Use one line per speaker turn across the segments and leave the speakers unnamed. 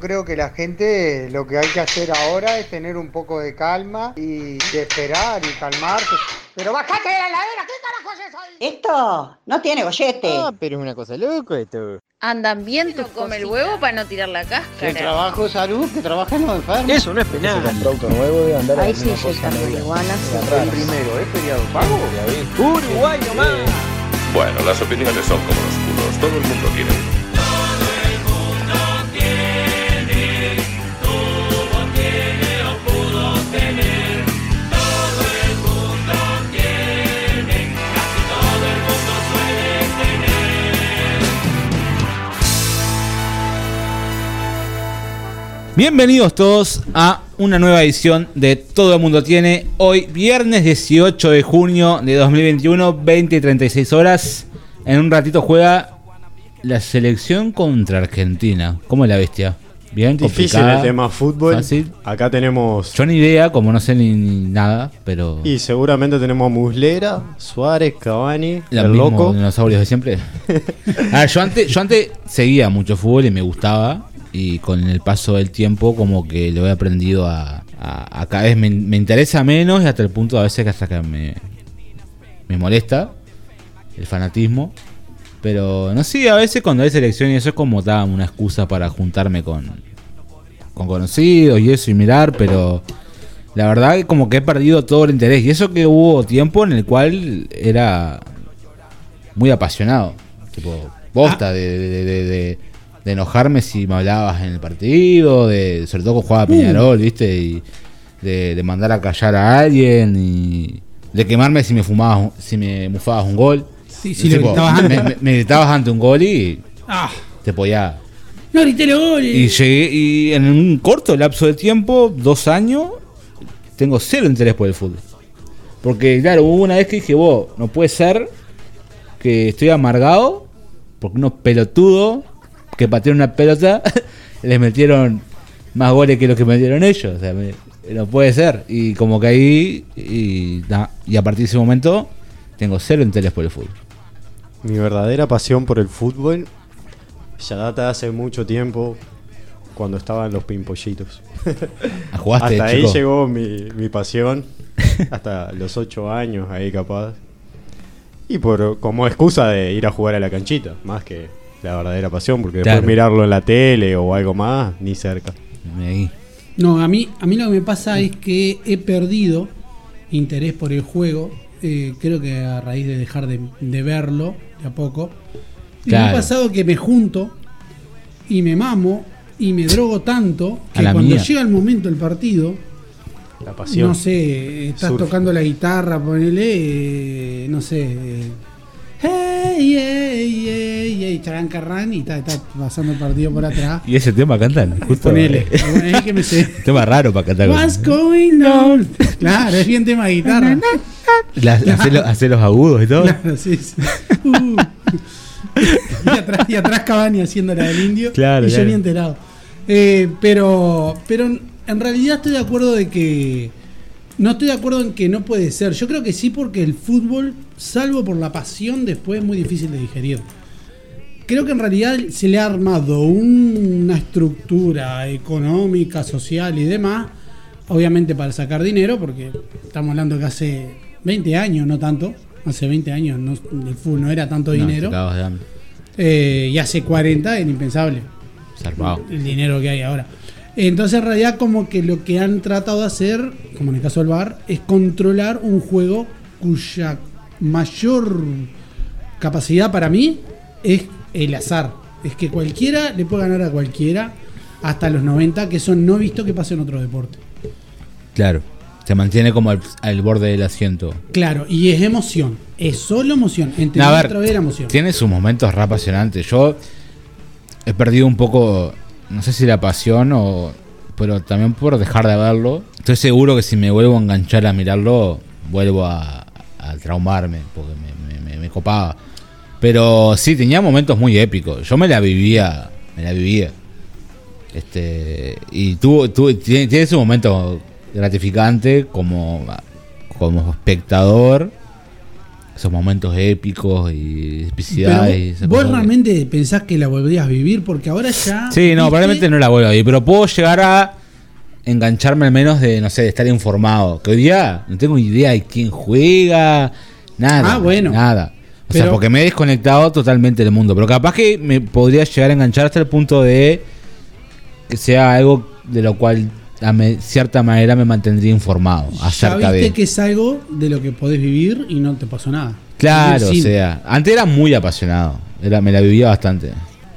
Creo que la gente lo que hay que hacer ahora es tener un poco de calma y de esperar y calmarse. Pero bajate de la heladera, ¿qué carajo haces ahí?
Esto no tiene gollete.
Ah, pero es una cosa loco esto.
Andan bien tus come el huevo para no tirar la
Que
cáscara.
trabajo salud, que trabaja no enfermo.
Eso no es penal.
Un auto nuevo de andar
Ahí
en
sí
una cosa
inyectan
media-
marihuana.
media rara.
Uruguay nomás.
Bueno, las opiniones son como los culos, todo el mundo tiene uno.
Bienvenidos todos a una nueva edición de Todo el Mundo Tiene. Hoy, viernes 18 de junio de 2021, 20 y 36 horas. En un ratito juega la selección contra Argentina. ¿Cómo es la bestia? Bien,
Difícil
complicada,
el tema fútbol.
Fácil.
Acá tenemos.
Yo ni idea, como no sé ni, ni nada, pero.
Y seguramente tenemos a Muslera, Suárez, Cavani,
Los
el
mismos
loco.
dinosaurios de siempre. A ver, yo antes, yo antes seguía mucho fútbol y me gustaba. Y con el paso del tiempo, como que lo he aprendido a. a, a cada vez me, me interesa menos y hasta el punto a veces que hasta que me. me molesta el fanatismo. Pero no sé, a veces cuando hay selección y eso es como da una excusa para juntarme con. con conocidos y eso y mirar, pero. La verdad que como que he perdido todo el interés. Y eso que hubo tiempo en el cual era muy apasionado. Tipo, bosta
Ah.
de, de- de- de- de enojarme si me hablabas en el partido, de sobre todo con
Uh.
jugaba Peñarol, ¿viste? Y de, de mandar a callar a alguien y de quemarme si me fumabas, un- si me mufabas un gol.
Sí, sí, lo
Tipo,
gritabas
me,
antes.
me- me gritabas ante un gol y
Ah,
te podía
no grité los goles.
y llegué, y en un corto lapso de tiempo, dos años, tengo cero interés por el fútbol. Porque, claro, hubo una vez que dije, vos, no puede ser que estoy amargado porque unos pelotudos que patearon una pelota les metieron más goles que los que metieron ellos. O sea, me- no puede ser. Y como que ahí, y, nah, y a partir de ese momento, tengo cero interés por el fútbol.
Mi verdadera pasión por el fútbol ya data de hace mucho tiempo, cuando estaban los pimpollitos.
¿Jugaste,
Hasta
chico?
ahí llegó mi, mi pasión, hasta los ocho años ahí capaz. Y por como excusa de ir a jugar a la canchita, más que la verdadera pasión, porque
Claro.
después mirarlo en la tele o algo más, ni cerca.
Ahí.
No, a mí, a mí lo que me pasa es que he perdido interés por el juego. eh, creo que a raíz de dejar de, de verlo de a poco. Y me
Claro.
ha pasado que me junto y me mamo y me drogo tanto
A
que
la
cuando
mierda.
llega el momento del partido,
La pasión.
no sé, estás
Surf.
tocando la guitarra, ponele, eh, no sé. eh, hey, hey, hey, hey, charán, carrán, y está, está pasando el partido por atrás.
Y ese tema cantan, justo.
Ponele. Es que me sé.
tema raro para cantar.
What's going on? Claro, es bien tema de guitarra.
La- hacer, los, hacer los agudos y todo.
Claro, sí, sí. Uh. y, atrás, y atrás Cavani haciendo la del indio.
Claro,
y yo
claro.
ni enterado. Eh, pero, pero en realidad estoy de acuerdo de que. No estoy de acuerdo en que no puede ser. Yo creo que sí, porque el fútbol, salvo por la pasión, después es muy difícil de digerir. Creo que en realidad se le ha armado un- una estructura económica, social y demás, obviamente para sacar dinero, porque estamos hablando que hace 20 años, no tanto, hace 20 años no, el fútbol no era tanto
No,
dinero,
te cagabas de hambre.
eh, y hace 40 era impensable
Zarpado.
el dinero que hay ahora. Entonces en realidad como que lo que han tratado de hacer, como en el caso del bar, es controlar un juego cuya mayor capacidad para mí es el azar. Es que cualquiera le puede ganar a cualquiera hasta los 90, que eso no he visto que pase en otro deporte.
Claro. Se mantiene como al, al borde del asiento.
Claro, y es emoción, es solo emoción. Entender
A ver,
otra vez la emoción.
Tiene sus momentos re apasionantes. Yo he perdido un poco, no sé si la pasión o... Pero también por dejar de verlo. Estoy seguro que si me vuelvo a enganchar a mirarlo, vuelvo a, a traumarme, porque me, me- me- me copaba. Pero sí, tenía momentos muy épicos. Yo me la vivía, me la vivía. Este, y tuvo, tuvo- tiene, tiene su momento gratificante como, como espectador esos momentos épicos y
Pero
epicidades. y esas
vos
cosas que-
realmente pensás que la volverías a vivir porque ahora ya.
Sí, no,
¿viste?
probablemente no la vuelvo a vivir, pero puedo llegar a engancharme al menos de, no sé, de estar informado. Que hoy día no tengo idea de quién juega, nada.
Ah, bueno.
Nada. O sea,
Pero-
porque me he desconectado totalmente del mundo. Pero capaz que me podría llegar a enganchar hasta el punto de que sea algo de lo cual a me- cierta manera me mantendría informado
Ya
acerca
viste
de.
que es algo de lo que podés vivir y no te pasó nada.
Claro,
Es decir,
o sea. Antes era muy apasionado. Era, me la vivía bastante.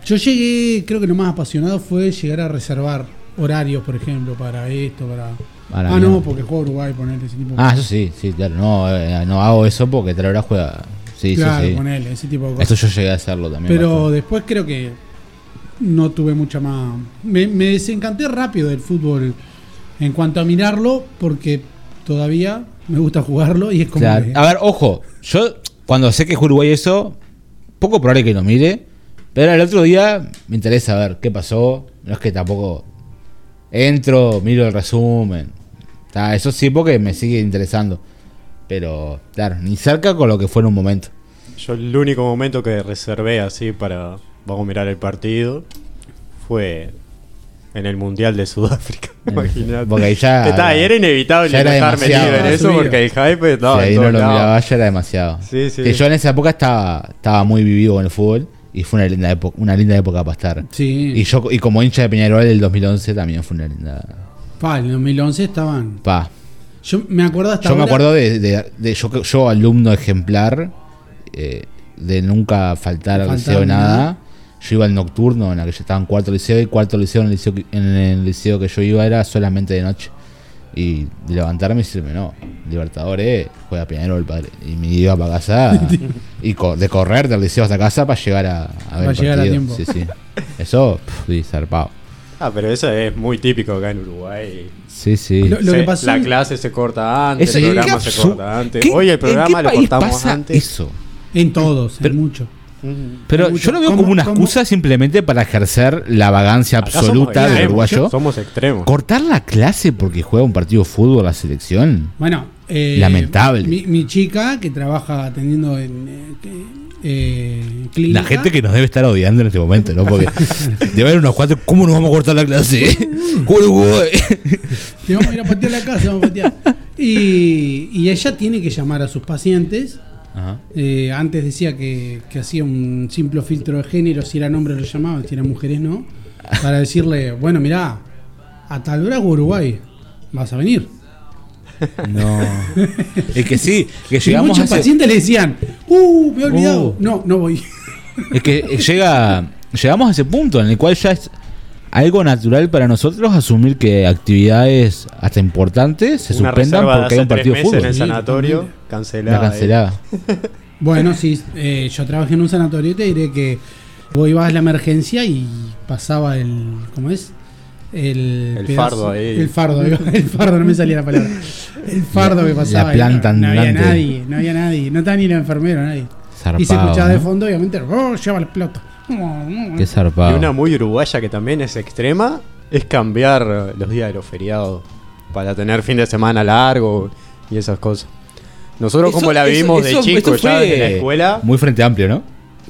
Yo llegué, creo que lo más apasionado fue llegar a reservar horarios, por ejemplo, para esto, para.
Para
ah,
mí
no,
no.
porque juego a Uruguay, ponele ese tipo de
Ah,
cosas.
eso sí, sí, claro. No, eh, no hago eso porque tal hora juega. Sí,
claro,
sí, sí.
ponele ese tipo de
Eso
cosas.
yo llegué a hacerlo también.
Pero
bastante.
después creo que no tuve mucha más. Me, me desencanté rápido del fútbol en cuanto a mirarlo, porque todavía me gusta jugarlo y es como.
Claro.
que-
A ver, ojo, yo cuando sé que es Uruguay eso, poco probable que lo mire, pero el otro día me interesa ver qué pasó. No es que tampoco entro, miro el resumen. Está, eso sí, porque me sigue interesando. Pero, claro, ni cerca con lo que fue en un momento.
Yo el único momento que reservé así para vamos a mirar el partido fue en el Mundial de Sudáfrica. Imagínate.
Porque ahí ya-
Está, ahí era inevitable
ya
no
era
estar
demasiado.
metido en
Ah,
eso
subido.
porque el hype estaba
si
en
ahí no
todos
lo
lados.
miraba ya era demasiado.
Sí, sí.
Que yo en esa época estaba, estaba muy vivido con el fútbol y fue una linda época, una linda época para estar.
Sí.
Y yo y como hincha de Peñarol del 2011 también fue una linda.
Pa, en el 2011 estaban.
Pa.
Yo me acuerdo hasta.
Yo me
ahora-
acuerdo de, de- de- yo, yo alumno ejemplar eh, de nunca faltar al
Faltar
liceo
nada.
nada. Yo iba al nocturno en aquella estaba en cuarto liceo y cuarto liceo en el liceo que- en el liceo que yo iba era solamente de noche. Y de levantarme y decirme, no, Libertadores, juega Peñarol, padre. Y me iba para casa y co- de correr del liceo hasta casa para llegar a, a ver
Para
el
llegar a
partido.
tiempo.
Sí, sí. Eso, pff, sí, zarpado.
Ah, pero eso es muy típico acá en Uruguay.
Sí, sí.
Lo- lo
Se-
que pasó
la
en-
clase se corta antes,
Eso-
el
¿qué
programa se
absurdo?
corta antes.
¿Qué-
Hoy el
en qué
programa lo
país
cortamos
pasa
antes. Mm,
Eso.
En todos, en mucho.
Pero
Mucho.
yo lo veo
¿Cómo-
como una
cómo?
excusa simplemente para ejercer la vagancia
Acá
absoluta
somos
del
extremos,
uruguayo.
Somos extremos.
Cortar la clase porque juega un partido de fútbol la selección.
Bueno, eh,
Lamentable.
Mi, mi chica que trabaja atendiendo en eh, que- eh, clínica.
La gente que nos debe estar odiando en este momento, ¿no? Porque debe haber unos cuatro. ¿Cómo nos vamos a cortar la clase? Uruguay.
Te vamos a ir a patear la casa, vamos a patear. Y, y ella tiene que llamar a sus pacientes.
Ajá.
Eh, antes decía que, que hacía un simple filtro de género, si eran hombres lo llamaban, si eran mujeres no. Para decirle, bueno, mirá, a tal hora Uruguay, vas a venir.
No. Es que sí, que
Y
llegamos
muchos
hace-
pacientes le decían, uh, me he olvidado.
Uh.
No, no voy.
Es que eh, llega, llegamos a ese punto en el cual ya es algo natural para nosotros asumir que actividades hasta importantes se
Una
suspendan
reserva de
porque hay
hace
un partido de
tres meses en
fútbol.
el
Sí,
sanatorio,
totalmente.
cancelada.
Una cancelada.
Bueno, sí, eh, yo trabajé en un sanatorio y te diré que vos ibas a la emergencia y pasaba el. ¿Cómo es? El,
El fardo ahí.
El fardo, ahí va, el fardo, no me salía la palabra. El fardo que
La
pasaba. ahí,
planta
no, no había
andante.
nadie, no había nadie, no estaba ni el enfermero, nadie.
Zarpado,
y se escuchaba de
¿no?
fondo, obviamente, ¡oh, lleva el plato!
Qué
Y una
zarpado.
muy uruguaya que también es extrema es cambiar eh, los días de los feriados para tener fin de semana largo y esas cosas. Nosotros
Eso-
como la
eso-
vivimos
eso-
de
eso
chicos ya
fue
desde la escuela,
Muy frente amplio, ¿no?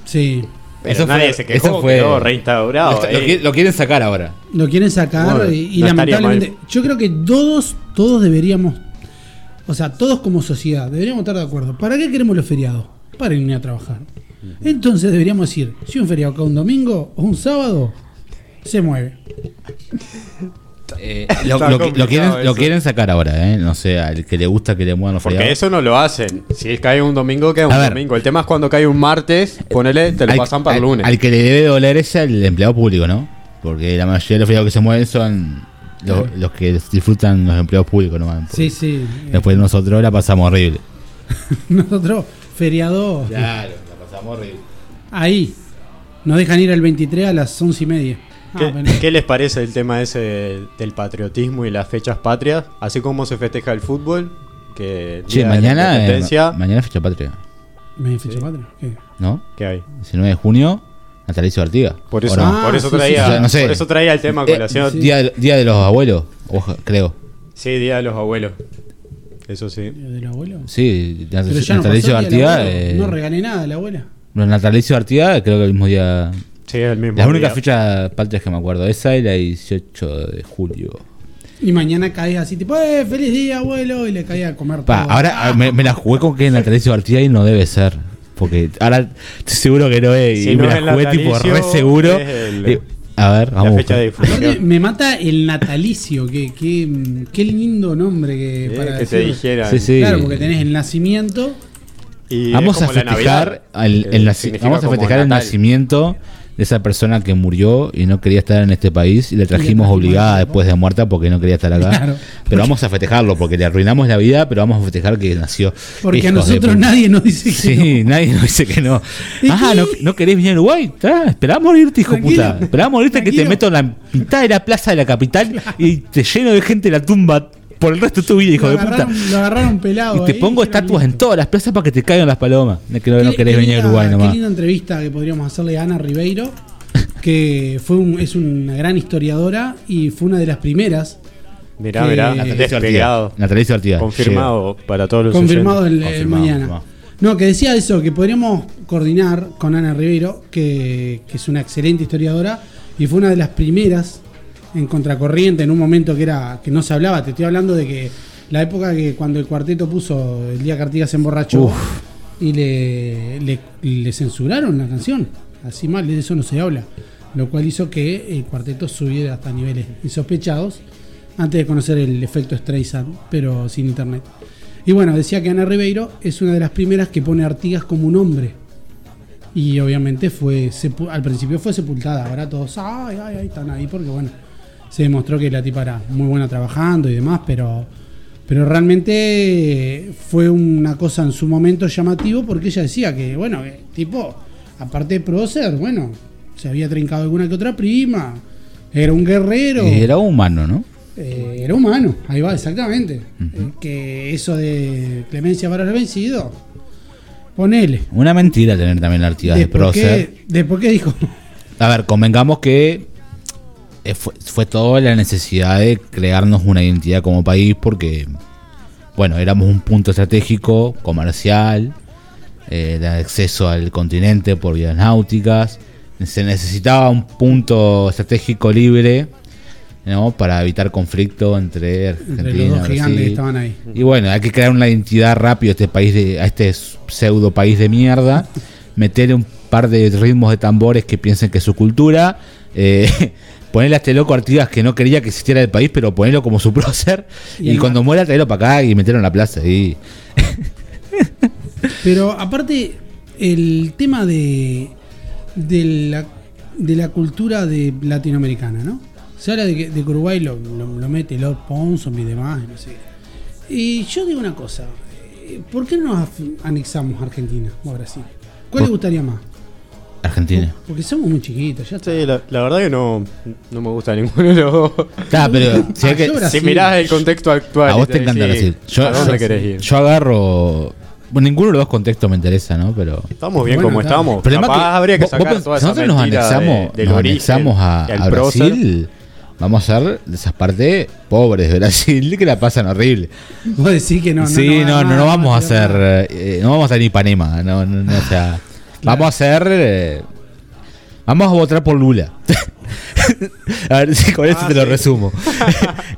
Sí,
pero
eso
nadie
fue-
se quejó,
eso fue-
quedó reinstaurado.
Lo- lo,
ahí.
qui- lo quieren sacar ahora.
lo quieren sacar
Bueno,
y, y
no estaría
lamentablemente. Yo creo que todos, todos deberíamos. O sea, todos como sociedad deberíamos estar de acuerdo. ¿Para qué queremos los feriados? Para ir a trabajar. Entonces deberíamos decir, si un feriado cae un domingo o un sábado, se mueve.
Eh, lo, lo
Está
qui- lo
complicado
quieren, lo
eso.
quieren sacar ahora, ¿eh? No sé, al que le gusta que le muevan los
Porque
feriados.
eso no lo hacen. Si cae un domingo, cae un
A ver.
domingo. El tema es cuando cae un martes, ponele, te lo
Al-
pasan para el
al-
lunes.
Al que le debe doler es al empleado público, ¿no? Porque la mayoría de los feriados que se mueven son los, los que disfrutan los empleados públicos, ¿no? Porque
Sí, sí. eh,
Después nosotros la pasamos horrible.
Nosotros, feriado,
Claro, la pasamos horrible.
ahí. Nos dejan ir al 23 a las 11 y media. Ah,
¿Qué,
bueno.
qué les parece el tema ese del, del patriotismo y las fechas patrias? Así como se festeja el fútbol, que el
Che,
día de la
mañana, eh,
independencia,
mañana es fecha patria,
Me fecha patria, ¿qué?
¿no?
¿qué hay?
19 de junio, Natalicio Ortiga.
Por
¿O
eso,
no?
Ah,
por eso
sí, sí,
traía,
sí, no sé.
por eso traía el tema a
Eh,
colación.
día, de- día de los abuelos, oja- creo.
Sí, Día de los Abuelos. Eso sí.
¿Del abuelo?
Sí, Nat-
Pero ya no pasó
Natalicio
el día del
Artigas.
abuelo,
eh,
No regalé nada a la abuela.
no, Natalicio Artigas, creo que el mismo día.
Sí, es el mismo.
Las únicas
día.
fechas patrias que me acuerdo. Esa y la 18 de julio.
Y mañana caes así, tipo, ¡eh, feliz día, abuelo! Y le caes a comer
Pa,
todo.
ahora ah, me, me la jugué con que Natalicio Artigas y no debe ser. Porque ahora estoy seguro que no es.
Si
y
no
me
es
la jugué tipo
natalicio,
re seguro.
es el-
Eh, a ver,
La
vamos. a
fecha de
buscar.
Aparte,
difusión.
me mata el natalicio, que, que- qué lindo nombre que
eh,
para
que te
decir.
dijeran.
Sí, sí.
Claro, porque tenés el nacimiento.
Y es
Vamos a
como la
festejar,
Navidad,
al-
que
el, naci-
significa
vamos a
como
festejar el
Natal.
nacimiento de esa persona que murió y no quería estar en este país y la trajimos
trajimos
obligada
acá, ¿no?
después de muerta porque no quería estar acá.
Claro.
Pero vamos a festejarlo porque le arruinamos la vida, pero vamos a festejar que nació.
Porque a
Hijos de
nosotros
puta.
nadie nos dice que no.
Sí, nadie nos dice que no.
¿Y
Ah,
qué?
¿no, no querés venir a Uruguay? Tá, esperá a morirte, hijo
Tranquilo,
puta. Esperá a morirte que te
tranquilo.
meto en la mitad de la plaza de la capital y te lleno de gente la tumba por el resto de tu vida, hijo de
lo,
puta.
agarraron, lo agarraron pelado.
Y te
ahí,
pongo
dijeron,
estatuas en
"Listo".
todas las plazas para que te caigan las palomas. No, que no, no
Qué-
querés
qué
venir a
linda-
Uruguay nomás.
Qué linda entrevista que podríamos hacerle a Ana Ribeiro, que fue un- es una gran historiadora y fue una de las primeras.
Mirá,
que-
mirá.
Natalicio
Despegado.
Natalicio Artigas.
Confirmado para todos los
Confirmado
oyentes.
el, eh,
Confirmado,
mañana.
va.
No, que decía eso, que podríamos coordinar con Ana Ribeiro, que, que es una excelente historiadora y fue una de las primeras en contracorriente en un momento que era que no se hablaba. Te estoy hablando de que la época que cuando el cuarteto puso el día que Artigas se emborrachó
Uf.
y le, le, le censuraron la canción. Así mal, de eso no se habla. Lo cual hizo que el cuarteto subiera hasta niveles insospechados antes de conocer el efecto Streisand, pero sin internet. Y bueno, decía que Ana Ribeiro es una de las primeras que pone a Artigas como un hombre. Y obviamente fue sepu- al principio fue sepultada, ahora todos ay, ay, ay, están ahí porque bueno, se demostró que la tipa era muy buena trabajando y demás, pero pero realmente fue una cosa en su momento llamativo porque ella decía que bueno, eh, tipo, aparte de prócer, bueno, se había trincado alguna que otra prima, era un guerrero.
Eh, Era humano, ¿no?
Eh, era humano, ahí va, exactamente. Eh, que eso de clemencia para los vencidos, ponele.
Una mentira tener también la Artigas de
por
prócer.
qué- de por qué dijo?
A ver, convengamos que eh, fue, fue toda la necesidad de crearnos una identidad como país porque, bueno, éramos un punto estratégico, comercial, eh, el acceso al continente por vías náuticas. Se necesitaba un punto estratégico libre ¿no? para evitar conflicto entre Argentina
Entre los dos
Brasil.
gigantes que estaban ahí.
Y bueno, hay que crear una identidad rápido a este país de, a este pseudo país de mierda, meterle un par de ritmos de tambores que piensen que es su cultura, eh, ponerle a este loco Artigas que no quería que existiera el país, pero ponerlo como su prócer,
Y
y,
el
cuando muera traerlo para acá y meterlo en la plaza y
Pero aparte, el tema de, de, la, de la cultura de latinoamericana, ¿no? Se habla de que, de que Uruguay lo, lo- lo mete Lord Ponson y demás, y no sé. Y yo digo una cosa, eh, ¿por qué no nos af- anexamos a Argentina o a Brasil? ¿Cuál le gustaría más?
Argentina.
Porque somos muy chiquitos, ya está.
Sí, la, la verdad que no, no me gusta ninguno de los dos.
Está, pero si hay
Ah,
que-
yo Brasil.
Si mirás el contexto actual.
A vos te encanta
decís,
Brasil. Yo,
¿A dónde
yo-
querés ir?
yo agarro. Bueno, ninguno de los dos contextos me interesa, ¿no? Pero.
Estamos bien
Bueno,
como
claro.
estamos.
El problema
Capaz
es que
habría que
vos- vos
sacar
pens-
toda
si
esa
nosotros nos
mentira de-
anexamos,
del
nos
origen,
anexamos a,
del
a
prócer.
Brasil, vamos a ser de esas partes pobres de Brasil que la pasan horrible.
Vos decís que no.
sí,
va
no, no,
nada,
no vamos a
va
ser,
nada.
eh, no Ah, vamos a ser ni Ipanema, no, no, no, o sea, vamos a ser, eh, vamos a votar por Lula. a ver si con esto te lo resumo.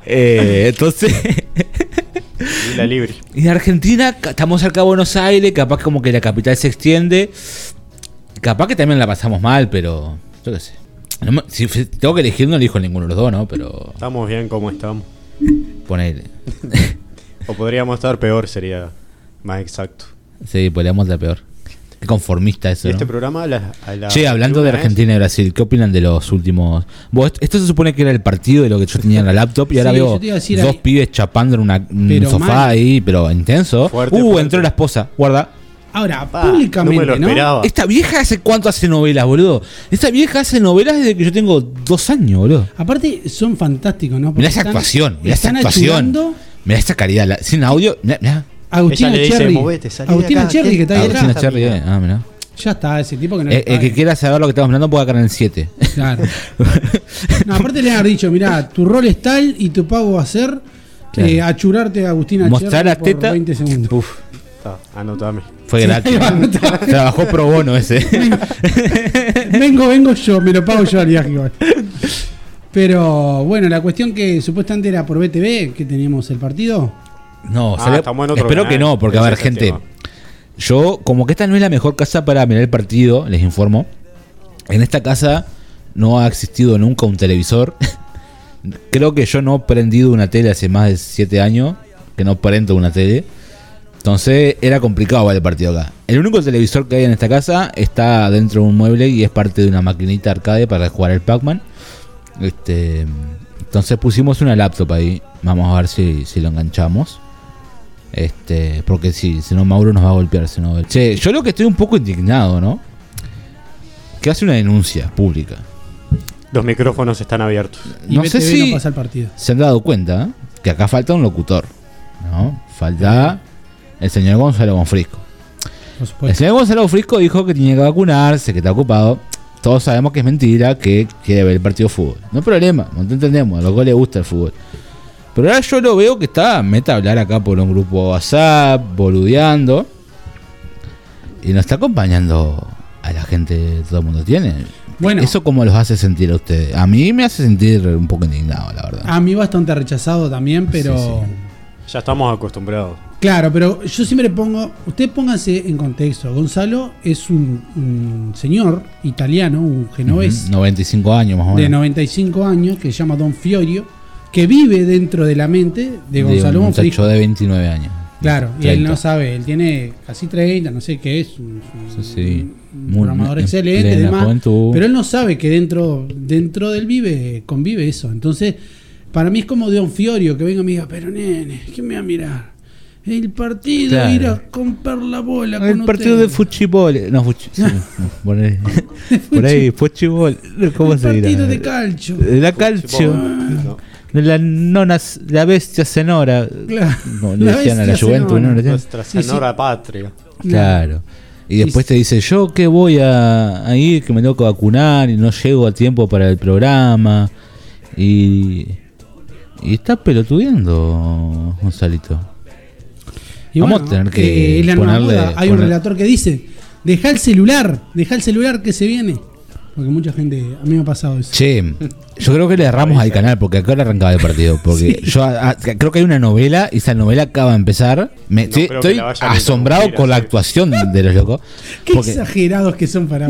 Eh, entonces.
Y la libre.
Y en Argentina, ca- estamos cerca de Buenos Aires, capaz como que la capital se extiende. Capaz que también la pasamos mal, pero yo qué sé. No me- si f- tengo que elegir, no elijo ninguno de los dos, ¿no? Pero
Estamos bien como estamos.
ponele.
O podríamos estar peor, sería más exacto.
Sí, podríamos la peor. Qué conformista eso,
Y este
¿no?
programa a la, a la ¿eh?
Che, hablando de
luna es-
Argentina y Brasil, ¿qué opinan de los últimos? Vos, est- esto se supone que era el partido de lo que yo tenía en la laptop y ahora
Sí,
veo
yo te iba a decir
dos
ahí.
pibes chapando en una- un
Pero
sofá
mal.
ahí, pero intenso.
Fuerte,
uh,
fuerte.
entró la esposa, guarda.
Ahora,
Pa,
públicamente,
no me lo
¿no?
esperaba.
Esta vieja hace cuánto hace novelas, boludo. Esta vieja hace novelas desde que yo tengo dos años, boludo.
Aparte, son fantásticos, ¿no? Porque
Mirá esa
están-
actuación, mirá esa
están
actuación.
ayudando
Mirá esa calidad, la- sin audio, mirá, mirá.
a Agustina
Ella le dice,
Cherry.
"Movete, salí de
Agustina
acá,
Cherry,
¿qué-
que está ahí
Agustina
atrás.
Cherry, eh. Ah, mirá.
Ya está, ese tipo que no
Eh,
le
el que quiera saber lo que estamos hablando puede acá en el 7.
Claro. No, aparte le han dicho, mirá, tu rol es tal y tu pago va a ser
Claro.
eh, achurarte a Agustín Acherri
Mostrar las
por
tetas.
20 segundos.
Uf,
Está, anotame.
fue gratis. Trabajó pro bono ese.
vengo, vengo yo, me lo pago yo al viaje igual. Pero bueno, la cuestión que supuestamente era por BTV que teníamos el partido.
No,
Ah,
salió-
estamos en otro
espero
canal.
que no, porque a
Ese
ver,
es el
gente,
tema.
yo como que esta no es la mejor casa para mirar el partido, les informo. En esta casa no ha existido nunca un televisor. Creo que yo no he prendido una tele hace más de 7 años, que no prendo una tele. Entonces era complicado ver el partido acá. El único televisor que hay en esta casa está dentro de un mueble y es parte de una maquinita arcade para jugar el Pac-Man. Este, entonces pusimos una laptop ahí. Vamos a ver si, si lo enganchamos. Este, porque si, si no Mauro nos va a golpear, si no- Che, yo lo que estoy un poco indignado, ¿no? Que hace una denuncia pública.
Los micrófonos están abiertos.
Y
No
BTV
sé si
no pasa el partido.
se han dado cuenta ¿eh? que acá falta un locutor, ¿no? Falta el señor Gonzalo Bonfrisco.
Por
El
supuesto.
señor Gonzalo Frisco dijo que tenía que vacunarse, que está ocupado. Todos sabemos que es mentira, que quiere ver el partido de fútbol. No hay problema, no te entendemos, a los goles le gusta el fútbol. Pero ahora yo lo veo que está meta a hablar acá por un grupo WhatsApp, boludeando. Y no está acompañando a la gente que todo el mundo tiene.
Bueno,
¿Eso cómo los hace sentir a ustedes? A mí me hace sentir un poco indignado, la verdad.
a mí bastante rechazado también, pero.
Sí, sí.
Ya estamos acostumbrados.
Claro, pero yo siempre pongo, ustedes pónganse en contexto. Gonzalo es un, un señor italiano, un genovés
Ujú, 95 años más o
de
menos.
95 años que se llama Don Fiorio, que vive dentro de la mente de
De
Gonzalo
un
Bonfrisco.
muchacho de 29 años.
Claro, y él
30.
no sabe, él tiene casi 30, no sé qué es, un, un-
Sí, sí.
un
Muy-
programador
en
excelente,
plena
demás,
juventud.
pero él no sabe que dentro, dentro del vive, convive eso. Entonces, para mí es como Don Fiorio que venga y me diga, pero nene, ¿qué me va a mirar? El partido,
Claro.
ir a comprar la bola.
El
con
partido de
ustedes".
fuchibol. No, fuchi, sí, no, por ahí. Por ahí, fuchibol. ¿Cómo
El
se dirá?
partido de calcio.
De la calcio.
No,
De la nona, la bestia senora.
Claro.
No, le
La
decían a la
bestia
Juventus,
Zenona.
¿no? Le decían.
Nuestra
Sí, sí.
señora patria.
Claro. Y después te dice, yo que voy a, a ir, que me tengo que vacunar y no llego a tiempo para el programa. Y, y está pelotudeando, Gonzalito.
Y
Vamos a tener que
eh, es la nueva
ponerle-
moda. Hay un
poner-
relator que dice, deja el celular, deja el celular que se viene. Porque mucha gente, a mí me ha pasado eso.
Che, yo creo que le erramos al canal porque acá le arrancaba el partido. Porque yo a- a- creo que hay una novela y esa novela acaba de empezar. Me,
No
sí,
creo que
estoy
la vayan a
asombrado
interrumpir
con la
así.
actuación de los locos.
Qué
Porque,
exagerados que son para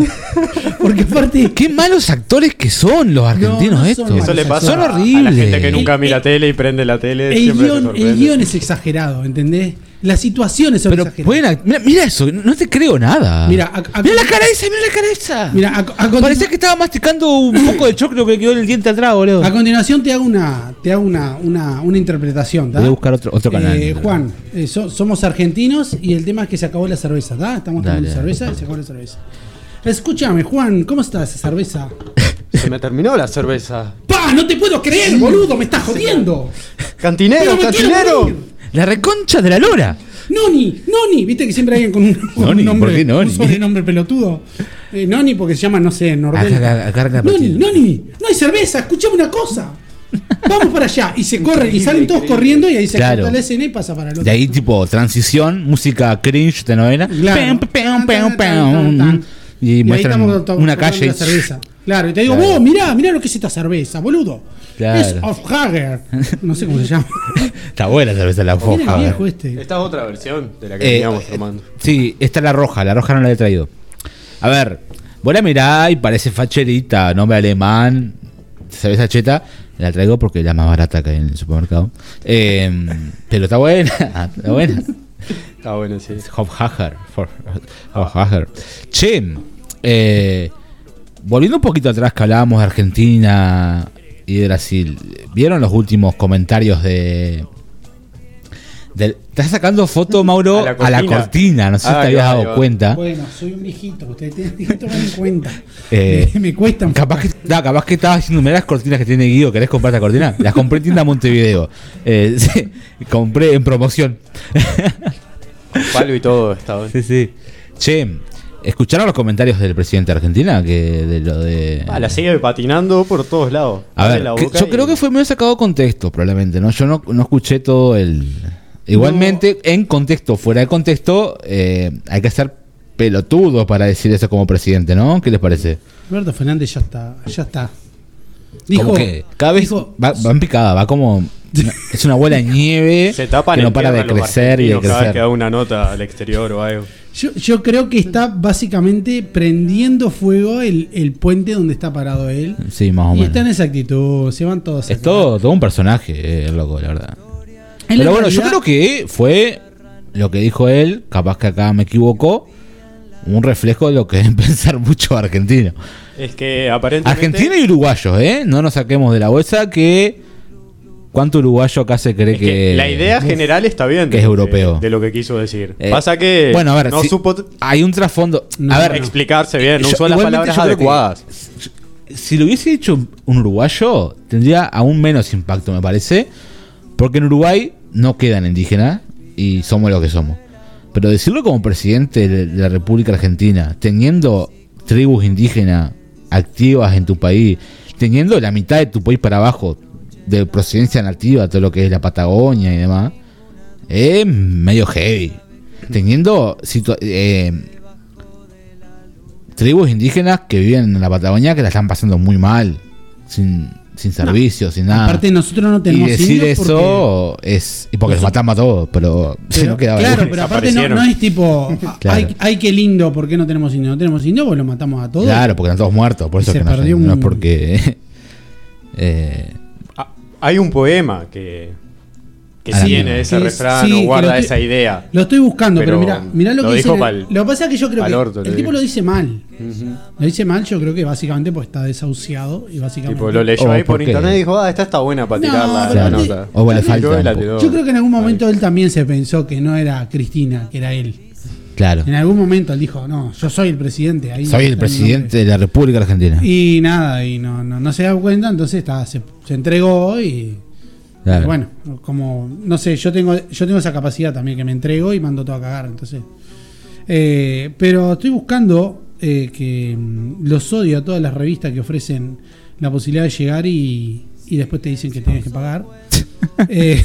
Porque aparte,
qué malos actores que son los argentinos
no son
estos.
malos
Eso le pasa
son
a- a la
horribles.
gente que nunca
El-
mira
el-
tele y prende la tele.
el
siempre se
guión,
sorprende.
el guión es exagerado, ¿entendés? Las situaciones son
Pero
exageradas.
pueden act- mira, mira eso, no te creo nada.
Mira, a- a-
mira la cara esa, mira la cara esa.
Mira, a, a continu-
Parecía que estaba masticando un poco de choclo que le quedó en el diente atrás, boludo.
a continuación te hago una, te hago una, una, una interpretación. ¿tá?
Voy a buscar otro- otro canal.
Eh, Juan, eh, so- somos argentinos y el tema es que se acabó la cerveza, ¿tá? Estamos tomando
Dale.
cerveza y se acabó la cerveza. Escúchame, Juan, ¿cómo está esa cerveza?
Se me terminó la cerveza.
¡Pa! ¡No te puedo creer, boludo! ¡Me estás jodiendo!
¡Cantinero,
Pero me quiero
cantinero!
morir.
La reconcha de la lora.
Noni, Noni, viste que siempre hay alguien con un, con un
Noni,
nombre,
¿por qué Noni?
un sobrenombre pelotudo. Eh, noni porque se llama, no sé, Norberto.
Acá- acá- acá arranca el
Noni,
partido.
Noni, no hay cerveza, escuchame una cosa. Vamos para allá. Y se corre, y salen todos corriendo y ahí se
Claro.
corta la escena y pasa para el
De
otro.
ahí tipo transición, música cringe de novela.
Claro.
Pam, pam, pam,
Tan, tan, tan,
pam.
tan.
Y,
ahí
muestran
estamos to-
una
tomando
calle.
la cerveza. Claro, y te digo,
Claro.
vos, mirá, mirá lo que es esta cerveza, boludo.
Claro.
Es Hofhager. No sé cómo se llama.
Está buena la cerveza la
Era
foja.
el viejo este.
Esta es otra versión de la que
Eh,
teníamos
eh,
tomando.
Sí, está la roja, la roja no la he traído. A ver, vos la mirá y parece facherita, nombre alemán, cerveza cheta. La traigo porque es la más barata que hay en el supermercado. Eh, pero está buena, está buena.
Está bueno, sí.
Hofhager. for- Hofhager. Che, eh, volviendo un poquito atrás que hablábamos de Argentina y de Brasil, ¿vieron los últimos comentarios de... del- estás sacando foto, Mauro, a la cortina, no sé si
Ah,
te
ahí
habías
va, ahí
dado
va.
cuenta.
Bueno, soy un viejito, ustedes tienen que tomar en cuenta.
Eh,
me, me cuesta
Capaz que, no, capaz que estabas haciendo mirá las cortinas que tiene Guido, ¿querés comprar esta cortina? Las compré en tienda Montevideo. Eh, sí, compré en promoción.
Palo y todo estaba.
Sí, sí. Che, ¿Escucharon los comentarios del presidente de Argentina? Que de lo de.
Ah, la sigue patinando por todos lados.
A
Abre
ver,
la
que-
boca
yo
y-
creo que fue medio sacado de contexto, probablemente, ¿no? Yo no, no escuché todo el... Igualmente, en contexto, fuera de contexto, eh, hay que ser pelotudo para decir eso como presidente, ¿no? ¿Qué les parece?
Alberto Fernández ya está, ya está.
como que cada vez
dijo-
va, va en picada, va como... Es una bola de nieve
Se tapan
que no
en
para de
tierra los
crecer y de
argentinos Cada vez que da
crecer.
una nota al exterior o algo.
Yo, yo creo que está básicamente prendiendo fuego el, el puente donde está parado él.
Sí, más o
Y está en
menos.
esa actitud, se van todos. a
Es todo, todo un personaje, eh, el loco, la verdad.
cagar. En la
Pero bueno, yo
realidad,
creo que fue lo que dijo él, capaz que acá me equivocó, un reflejo de lo que es pensar mucho argentino.
Es que aparentemente.
Argentino y uruguayos, ¿eh? No nos saquemos de la bolsa que... ¿Cuánto uruguayo acá se cree
es que la idea general está bien.
que
de
es
lo
europeo.
De, lo que quiso decir.
Eh,
Pasa que
bueno, a ver,
no
si-
supo t-
Hay un trasfondo...
No,
a ver, eh,
explicarse bien, no
yo-
usó las
igualmente
palabras
yo creo que-
adecuadas.
si lo hubiese hecho un uruguayo, tendría aún menos impacto, me parece. Porque en Uruguay no quedan indígenas y somos lo que somos. Pero decirlo como presidente de la República Argentina, teniendo tribus indígenas activas en tu país, teniendo la mitad de tu país para abajo de procedencia nativa, todo lo que es la Patagonia y demás, es medio heavy. Teniendo situa- eh, tribus indígenas que viven en la Patagonia que la están pasando muy mal, sin, sin servicios, sin nada.
Aparte, nosotros no
y
tenemos
decir
indios porque-
eso es. Y porque los matamos a todos, pero, si
pero-
no quedaba
claro,
alguno.
pero aparte no,
Desaparecieron.
no es tipo, ah,
Claro.
ay, ay, qué lindo, ¿por qué no tenemos indios? No tenemos indios, pues lo matamos a todos.
Claro, porque están todos muertos, por
Y
eso
se
es que no,
perdió
no es
un-
porque. eh,
Ah, Hay un poema que. Que
A la
tiene
mierda.
ese
Que-
refrán
sí,
o
que
guarda
lo estoy-
esa idea.
Lo estoy buscando,
Pero
pero, mira, mira lo,
lo
que dice.
dijo
en el-
pa'l-
Lo que pasa es que yo creo
pa'l
que
orto,
el
le
tipo
dijo.
lo dice mal. Lo dice mal, yo creo que básicamente pues está desahuciado y básicamente.
Tipo, lo
¿O
leyó ahí
por
por
qué?
internet y dijo, ah, esta está buena para
No,
tirarla
pero
la
aparte-
nota.
o le
Y
falta
tiró y la
un poco.
tiró.
Yo creo que en algún momento él también se pensó que no era Cristina, que era él.
claro.
En algún momento él dijo, no, yo soy el presidente. Ahí
Soy el
está mi
presidente de la República Argentina.
nombre". Y nada, y no, no, no se da cuenta, entonces está, se, se entregó y.
Claro.
Bueno, como no sé, yo tengo yo tengo esa capacidad también que me entrego y mando todo a cagar, entonces. Eh, pero estoy buscando eh, que mm, los odio a todas las revistas que ofrecen la posibilidad de llegar y, y después te dicen que tienes que pagar. Eh,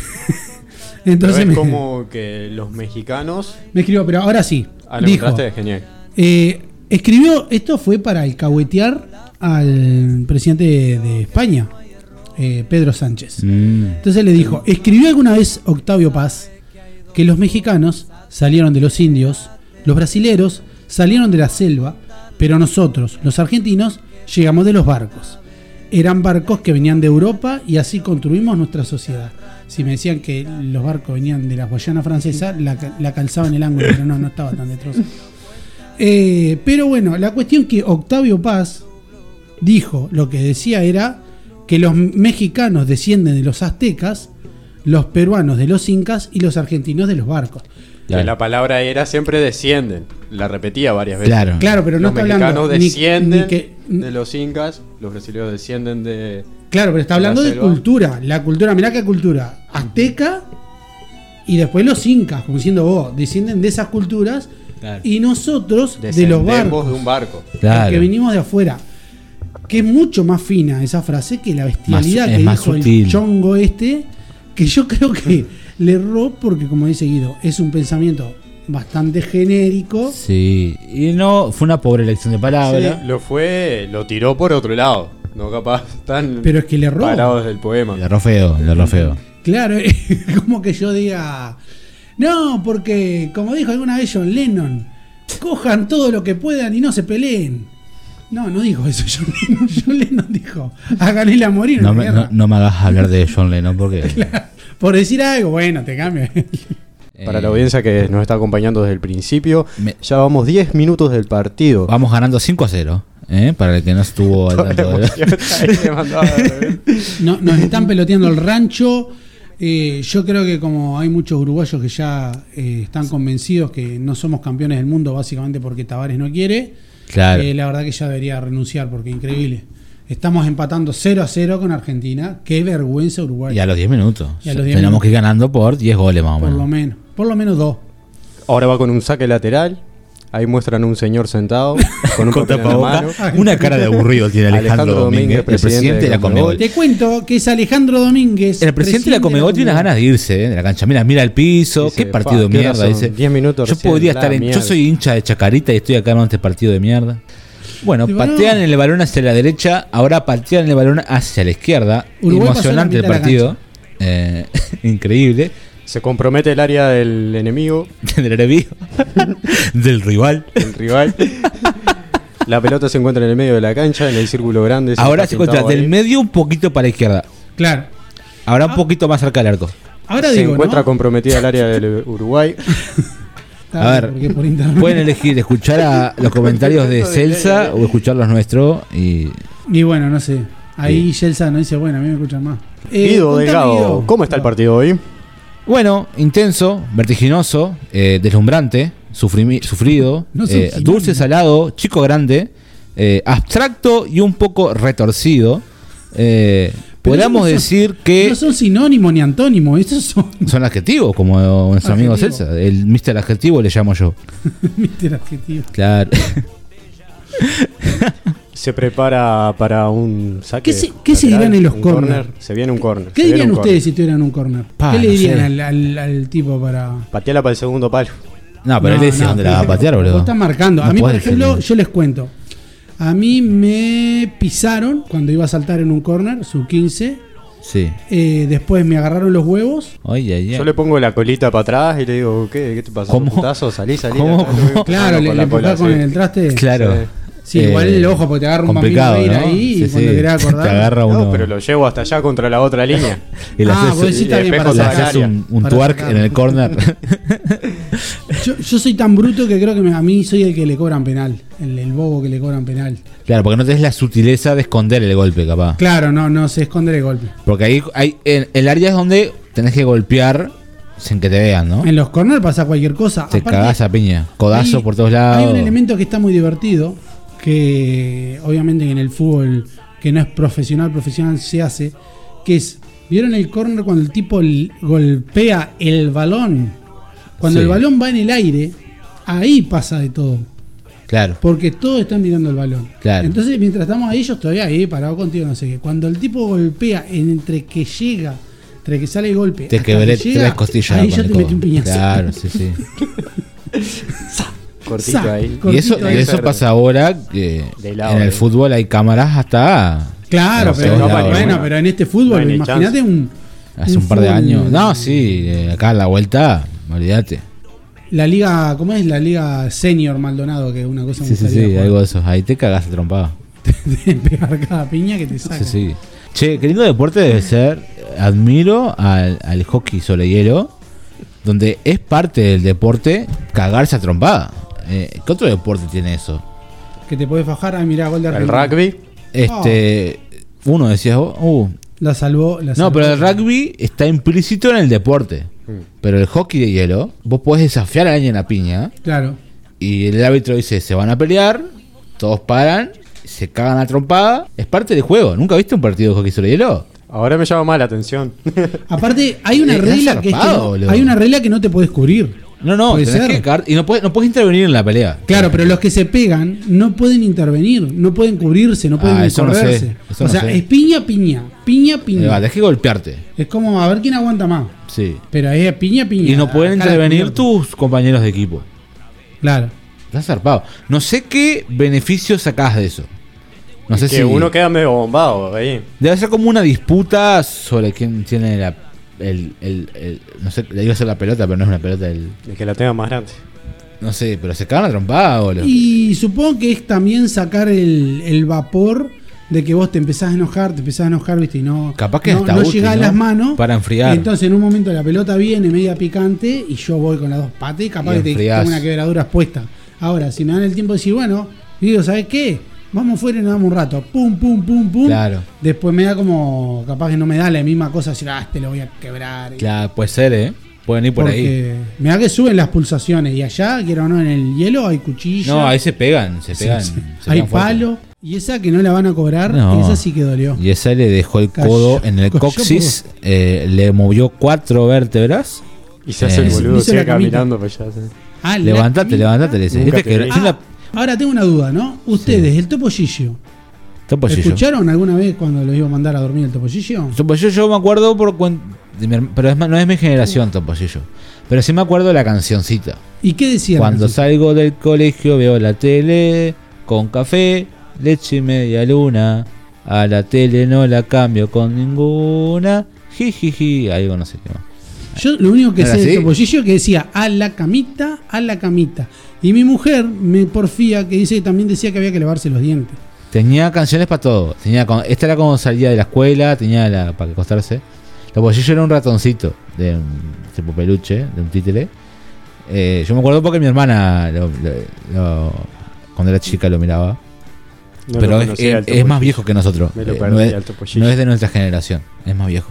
Pero
entonces
es
me,
como que los mexicanos.
me escribió, pero ahora sí.
Ah, lo
dijo,
encontraste, genial.
eh, escribió, esto fue para alcahuetear al presidente de, de España, eh, Pedro Sánchez.
Mm.
Entonces le dijo, escribió alguna vez Octavio Paz que los mexicanos salieron de los indios, los brasileros salieron de la selva, pero nosotros, los argentinos, llegamos de los barcos. Eran barcos que venían de Europa y así construimos nuestra sociedad. Si me decían que los barcos venían de la Guayana francesa, la, ca- la calzaba en el ángulo, pero no, no estaba tan destrozada. Eh, pero bueno, la cuestión que Octavio Paz dijo, lo que decía era que los mexicanos descienden de los aztecas, los peruanos de los incas y los argentinos de los barcos.
Claro.
Que la palabra era siempre descienden. La repetía varias veces.
Claro.
Claro, pero no
Ah. los
está hablando
mexicanos
ni-
descienden
ni que-
de los incas, los brasileños descienden de.
Claro, pero está
La
hablando de
selva.
cultura. La cultura, mirá qué cultura. Azteca y después los incas, como diciendo vos, descienden de esas culturas
Claro.
y nosotros de los
descendemos
barcos,
de un barco.
Claro.
los que venimos de afuera. Que es mucho más fina esa frase que la bestialidad
Más- es
que
más
dijo
sutil.
el chongo este, que yo creo que le erró porque, como dice Guido, es un pensamiento bastante genérico.
Sí. Y no, fue una pobre elección de palabras.
Sí, lo fue, lo tiró por otro lado. No capaz tan
Pero es que le erró.
parados del poema.
Le erró feo, le erró feo.
Claro, como que yo diga, no, porque como dijo alguna vez John Lennon, cojan todo lo que puedan y no se peleen. No, no dijo eso John Lennon. John Lennon dijo, hagan el amor y
No
no,
me, no, no me hagas hablar de John Lennon porque.
Por decir algo, bueno, te cambio.
eh,
Para la audiencia que nos está acompañando desde el principio,
Me-
ya vamos 10 minutos del partido.
Vamos ganando 5 a 0. ¿eh? Para el que no estuvo al tanto.
Ahí me mandaba a ver.
No, nos están peloteando el rancho. Eh, yo creo que como hay muchos uruguayos que ya eh, están convencidos que no somos campeones del mundo básicamente porque Tavares no quiere,
Claro.
Eh, la verdad que ya debería renunciar porque increíble. Estamos empatando 0 a 0 con Argentina. Qué vergüenza Uruguay.
Y a los 10 minutos.
Y a los
Tenemos
10 minutos.
que ir ganando por 10 goles más o
por
menos.
lo menos. Por lo menos dos.
Ahora va con un saque lateral. Ahí muestran un señor sentado con un
Con
papel en la
tapabocas.
mano.
Una cara de aburrido tiene Alejandro,
Alejandro
Domínguez,
Domínguez,
el presidente de la Conmebol.
Conmebol.
Te cuento que es Alejandro Domínguez.
El presidente de la Comebol tiene ganas de irse eh, de la cancha. Mira, mira el piso.
Dice,
qué partido de
"Pa, qué
mierda.
razón,
Dice,
10 minutos
Yo
recién,
podría
la
estar en.
mierda".
Yo soy hincha de Chacarita y estoy acá en este partido de mierda. Bueno,
Y bueno.
patean el balón hacia la derecha. Ahora patean el balón hacia la izquierda.
Uruguay pasó
Emocionante
la
el
mitad de la
partido. Eh, increíble.
Se compromete el área del enemigo,
Del enemigo. Del rival.
el rival. la pelota se encuentra en el medio de la cancha, en el círculo grande. ese
Ahora
está
se encuentra
pintado
del
ahí.
medio un poquito para la izquierda.
Claro.
Ahora
Ah.
un poquito más cerca del arco.
Ahora
se
digo,
encuentra
¿no?
comprometida el área del Uruguay.
A
Está bien,
ver.
porque por internet.
Pueden elegir escuchar a los comentarios de Celsa o escuchar los nuestros. Y
Y bueno, no sé. Ahí Yelsa no dice, bueno, a mí me escuchan más. Eh,
Guido
contame,
Delgado,
Guido.
¿cómo está el partido hoy?
Bueno, intenso, vertiginoso, eh, deslumbrante, sufrimi- sufrido,
No
eh,
sufrimiento.
dulce, salado, chico grande, eh, abstracto y un poco retorcido. Eh,
Pero
podríamos
no son-
decir que
No son sinónimo ni antónimo, estos son.
son adjetivos, como nuestro amigo
Adjetivo.
Celsa. El Mr. Adjetivo le llamo yo.
Mister adjetivo.
Claro.
Se prepara para un saque.
¿Qué se- qué se
lateral,
dirán en los
un
corner?
Se viene un corner.
¿Qué
se viene
dirían
un
ustedes
corner.
si tuvieran un corner?
Pa,
¿Qué le
no
dirían
sé.
al, al- al tipo para.?
Pateala para el segundo palo.
No, Ah, pero él decía dónde la va a patear, boludo.
Está marcando.
No
a mí, por
podés
ejemplo,
defender.
yo les cuento. A mí me pisaron cuando iba a saltar en un corner, su 15.
Sí.
eh, después me agarraron los huevos.
Oye, ay, ay.
Yo le pongo la colita para atrás y le digo, ¿qué, qué te pasó?
¿Cómo?
Putazo, salí, salí.
¿Cómo?
acá estoy-
Claro,
Bueno,
le,
con
le
la cola,
empujás con
sí.
el traste.
Claro.
Sí, igual el ojo, porque te agarra un bambino
complicado,
de ir
¿no?
ahí y
Sí,
cuando
sí.
querés acordar-
Te agarra uno.
No, pero lo llevo hasta allá contra la otra línea.
y le
Ah,
haces-
vos decís, está
le
bien,
pego
para
le
sacar
haces
sacar.
área.
un, un
Para
twerk
sacar.
en el corner.
Yo, yo soy tan bruto que creo que me- a mí soy el que le cobran penal. El, el bobo que le cobran penal.
claro, porque no tenés la sutileza de esconder el golpe, capaz.
Claro, no, no, se esconde el golpe.
Porque ahí hay, el, el área es donde tenés que golpear sin que te vean, ¿no?
En los corners pasa cualquier cosa.
Te
Aparte,
cagás a piña. Codazo
hay-
por todos
Hay
lados.
un elemento que está muy divertido, que obviamente en el fútbol que no es profesional, profesional se hace, que es, ¿vieron el corner cuando el tipo l- golpea el balón? Cuando
Sí.
el balón va en el aire, ahí pasa de todo,
Claro.
porque todos están mirando el balón.
Claro.
Entonces, mientras estamos ahí, yo estoy ahí, parado contigo, no sé qué. Cuando el tipo golpea entre que llega, entre que sale el golpe,
Te
hasta que
quebré te
llega,
las costillas.
Ahí
con
yo
el
te metí
codo.
un piñazo.
Claro, sí, sí.
Cortito
Sa-
ahí.
Cortito
y eso, y
ahí.
eso pasa ahora que
De lado,
en el
eh.
fútbol hay cámaras hasta
Claro,
No sé,
pero,
no
bueno,
vale
ninguna.
pero en este
No
fútbol,
hay ni
imagínate
chance.
un.
hace
un
un par de
fútbol-
años. No, sí, eh, acá a la vuelta, olvídate.
La liga, ¿cómo es? La liga senior Maldonado, que es una cosa
Sí, sí, sí, algo de esos. Ahí te cagás a trompado.
de pegar cada piña que te saca.
Sí, sí. Che, qué lindo deporte debe ser. Admiro al, al hockey sobre hielo, donde es parte del deporte cagarse a trompada. Eh, ¿Qué otro deporte tiene eso?
Que te podés fajar. Ah, mirá, gol de
El
Argentina.
rugby.
Este, uno decías vos, uh,
La salvó. La
no,
salvó.
pero el rugby está implícito en el deporte.
Mm.
Pero el hockey de hielo, vos podés desafiar a alguien a piña
Claro.
y el árbitro dice, se van a pelear, todos paran, se cagan a trompada, es parte del juego. ¿Nunca viste un partido de hockey sobre hielo?
Ahora me llama más la atención.
Aparte, hay una
Eh, Es
regla que es que
zarpado,
no-
boludo.
Hay una regla que no te podés cubrir.
No, no,
Puede
tenés
ser.
que cagar- y no puedes, no puedes intervenir en la pelea.
Claro, pero los que se pegan no pueden intervenir, no pueden cubrirse, no pueden
Ah, eso no sé,
correrse.
eso
o
no
sea,
sé.
es piña, piña, piña,
Eh, va,
piña.
tenés que golpearte.
Es como a ver quién aguanta más.
Sí.
Pero es piña, piña.
Y no pueden
Acá la
intervenir
cubierta.
tus compañeros de equipo.
Claro.
Estás zarpado. No sé qué beneficio sacás de eso. No sé
que
si.
uno queda medio bombado ahí.
Debe ser como una disputa sobre quién tiene la. El, el- el- no sé, le iba a ser la pelota, pero no es una pelota. El,
El que la tenga más grande.
no sé, pero se cagan a trompada, boludo.
Y supongo que es también sacar el, el vapor de que vos te empezás a enojar, te empezás a enojar, viste, y no,
Capaz que
no,
está
no
útil,
llegás a
¿no?
las manos.
Para enfriar.
Entonces en un momento la pelota viene media picante y yo voy con las dos patas y capaz
Y
que te
enfriás.
tengo una quebradura expuesta. Ahora, si me dan el tiempo de decir, bueno, digo, ¿sabes qué? Vamos fuera y nos damos un rato. Pum, pum, pum, pum.
Claro.
Después me da como, capaz que no me da la misma cosa, decir, ah, te lo voy a quebrar.
Claro, puede ser, ¿eh? Pueden ir por ahí.
Porque me da que suben las pulsaciones y allá, quiero o no, en el hielo hay cuchillo.
No, ahí se pegan, se pegan.
Sí, sí.
se
Hay
pegan fuerte.
palo. Y esa que no la van a cobrar,
No.
esa sí que dolió.
Y esa le dejó el
Cayó,
codo en el
cayó,
coxis, eh, le movió cuatro vértebras.
Y se hace
Eh,
el boludo,
hizo
sigue
la camita.
caminando pues para allá. sí.
Ah, la
Levantate,
camisa.
levantate, le decís.
Nunca
Viste que
te vi.
recién
Ah,
la-
Ahora tengo una duda, ¿no? Ustedes, el topollillo. Ah,
Topo Gillo.
¿Escucharon alguna vez cuando los iba a mandar a dormir el topollillo?
Topo Gillo yo me acuerdo por cuen- de mi herma- pero es ma- no es mi generación Topo Gillo. Pero sí me acuerdo de la cancioncita.
¿Y qué decían?
Cuando
Francisco?
salgo del colegio veo la tele con café, leche y media luna. A la tele no la cambio con ninguna. Jijiji, algo no sé qué más.
Yo lo único que
¿Era
sé del
así?
topollillo que decía a la camita, a la camita. Y mi mujer me porfía que dice que también decía que había que lavarse los dientes.
Tenía canciones para todo. Tenía con- esta era cuando salía de la escuela, tenía la para acostarse. Topo Gillo era un ratoncito de un tipo peluche, de un títere. Eh, yo me acuerdo porque mi hermana, lo- lo- lo- cuando era chica, lo miraba.
No lo
pero es,
conocía
es-
al
es más
Topollillo.
viejo que nosotros.
Me lo
Eh,
perdí
no, es,
al Topollillo.
no es de nuestra generación, es más viejo.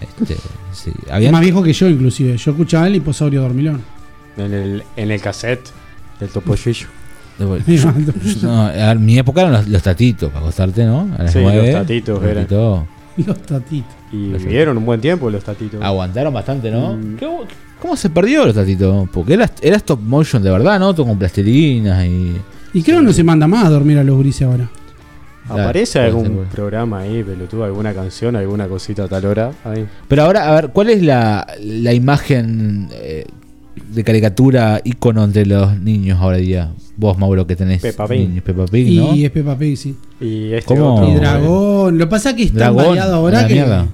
Este, sí. Habían-
Más viejo que yo, inclusive. Yo escuchaba el hiposaurio dormilón.
En el, en el cassette del
Yo-
Topollillo.
no, a ver, mi época eran los, los tatitos, para acostarte, ¿no? A las
Sí, los
nueve,
tatitos
los
eran.
tatitos.
Los tatitos.
Y vivieron un buen tiempo los tatitos.
Aguantaron bastante, ¿no?
Mm.
¿Qué bu- ¿Cómo se perdió los tatitos? Porque era, era stop motion de verdad, ¿no? Todo con plastilinas y.
Y creo que no se manda más a dormir a los grises ahora.
¿Aparece
Claro,
algún
puede ser,
programa ahí, pelotudo? ¿Alguna canción? ¿Alguna cosita a tal hora? Ahí.
Pero ahora, a ver, ¿cuál es la, la imagen eh, de caricatura ícono entre los niños ahora día? Vos, Mauro, que tenés
Peppa Pig.
niños, Peppa Pig,
y
¿no?
es Peppa Pig, sí.
Y este
¿Cómo?
otro,
Y
Oh,
Dragón. Lo que pasa es que están
Dragón,
variados ahora
la
que.
mierda.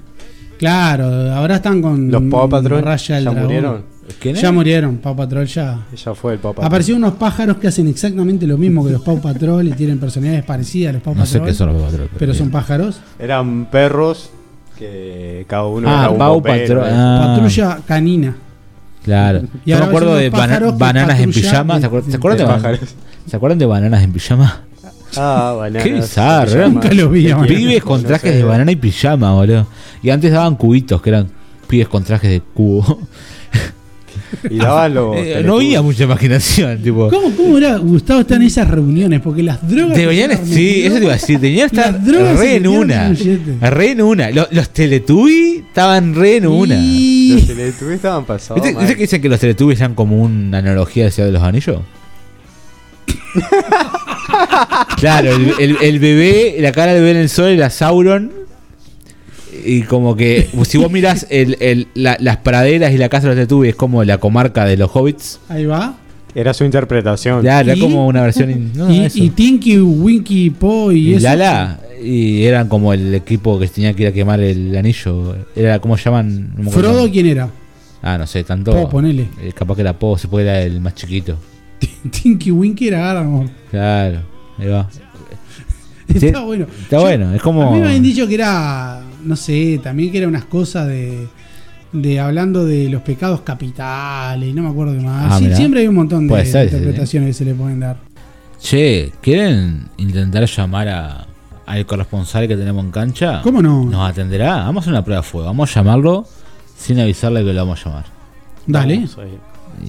Claro, ahora están con.
eh, Los Paw Patrol
Raya
ya
el Dragón.
murieron.
¿Quién es?
Ya murieron, Paw Patrol ya.
Ya fue el papá.
Aparecieron unos pájaros que hacen exactamente lo mismo que los Paw Patrol y tienen personalidades parecidas a los Paw
no sé
Patrol.
qué son los Peppa Patrol,
Pero son
bien.
pájaros.
Eran perros que cada uno
Ah,
era un eh.
Pau
bombero.
Patrol. Ah,
Patrulla canina.
Claro.
Y
Yo me
ahora
acuerdo
son
de
los
bana-
pájaros que
bananas en
patrullan
pijama.
de-
¿Se acuerdan, ¿se
de
acuerdan de,
pájaros.
bananas? ¿Se acuerdan de bananas en pijama?
Ah, bananas.
Qué bizarro,
Se llama-
nunca los vi,
¿Qué
man.
quieren?
Pibes con
No
trajes
sé.
de banana y pijama, boludo. Y antes daban cubitos, que eran pibes con trajes de cubo.
Y daban los.
Eh, no
teletubbies.
había mucha imaginación, tipo.
¿Cómo, ¿Cómo era Gustavo estar en esas reuniones? Porque las drogas.
Deberían,
que se
sí,
permitió-
eso te iba a decir, tenían que estar
Las drogas
re
se
en
metieron
una.
en billete.
Re en una. Los, los Teletubbies estaban re en una.
Los
Y-
teletubbies estaban pasados.
¿Viste,
man.
viste que dicen que los Teletubbies eran como una analogía del Señor de los Anillos? claro, el, el- el bebé, la cara del bebé en el sol era Sauron. Y como que, si vos mirás el- el- la- las praderas y la casa de los Teletubbies, es como la comarca de los hobbits.
Ahí va.
Era su interpretación.
Claro,
¿Y?
era como una versión. in- no,
y,
eso.
y Tinky, Winky, Po y,
Y
eso.
Lala. Y eran como el equipo que tenía que ir a quemar el anillo. Era como llaman. No me acuerdo.
Frodo, ¿quién era?
Ah, no sé, tanto.
Po, ponele.
Eh, capaz que era Po, se puede era el más chiquito.
Tinky, Winky era Aragorn.
Claro, ahí va. Sí,
Está bueno.
Está bueno, es como.
A mí me habían dicho que era, no sé, también que era unas cosas de, de hablando de los pecados capitales, no me acuerdo de más.
Ah,
Sí,
mirá.
siempre hay un montón de
Puede ser, sí,
interpretaciones que se le pueden dar.
Che, ¿quieren intentar llamar a, al corresponsal que tenemos en cancha?
¿Cómo no?
¿Nos atenderá? Vamos a hacer una prueba de fuego. Vamos a llamarlo sin avisarle que lo vamos a llamar.
Dale.
Vamos ahí.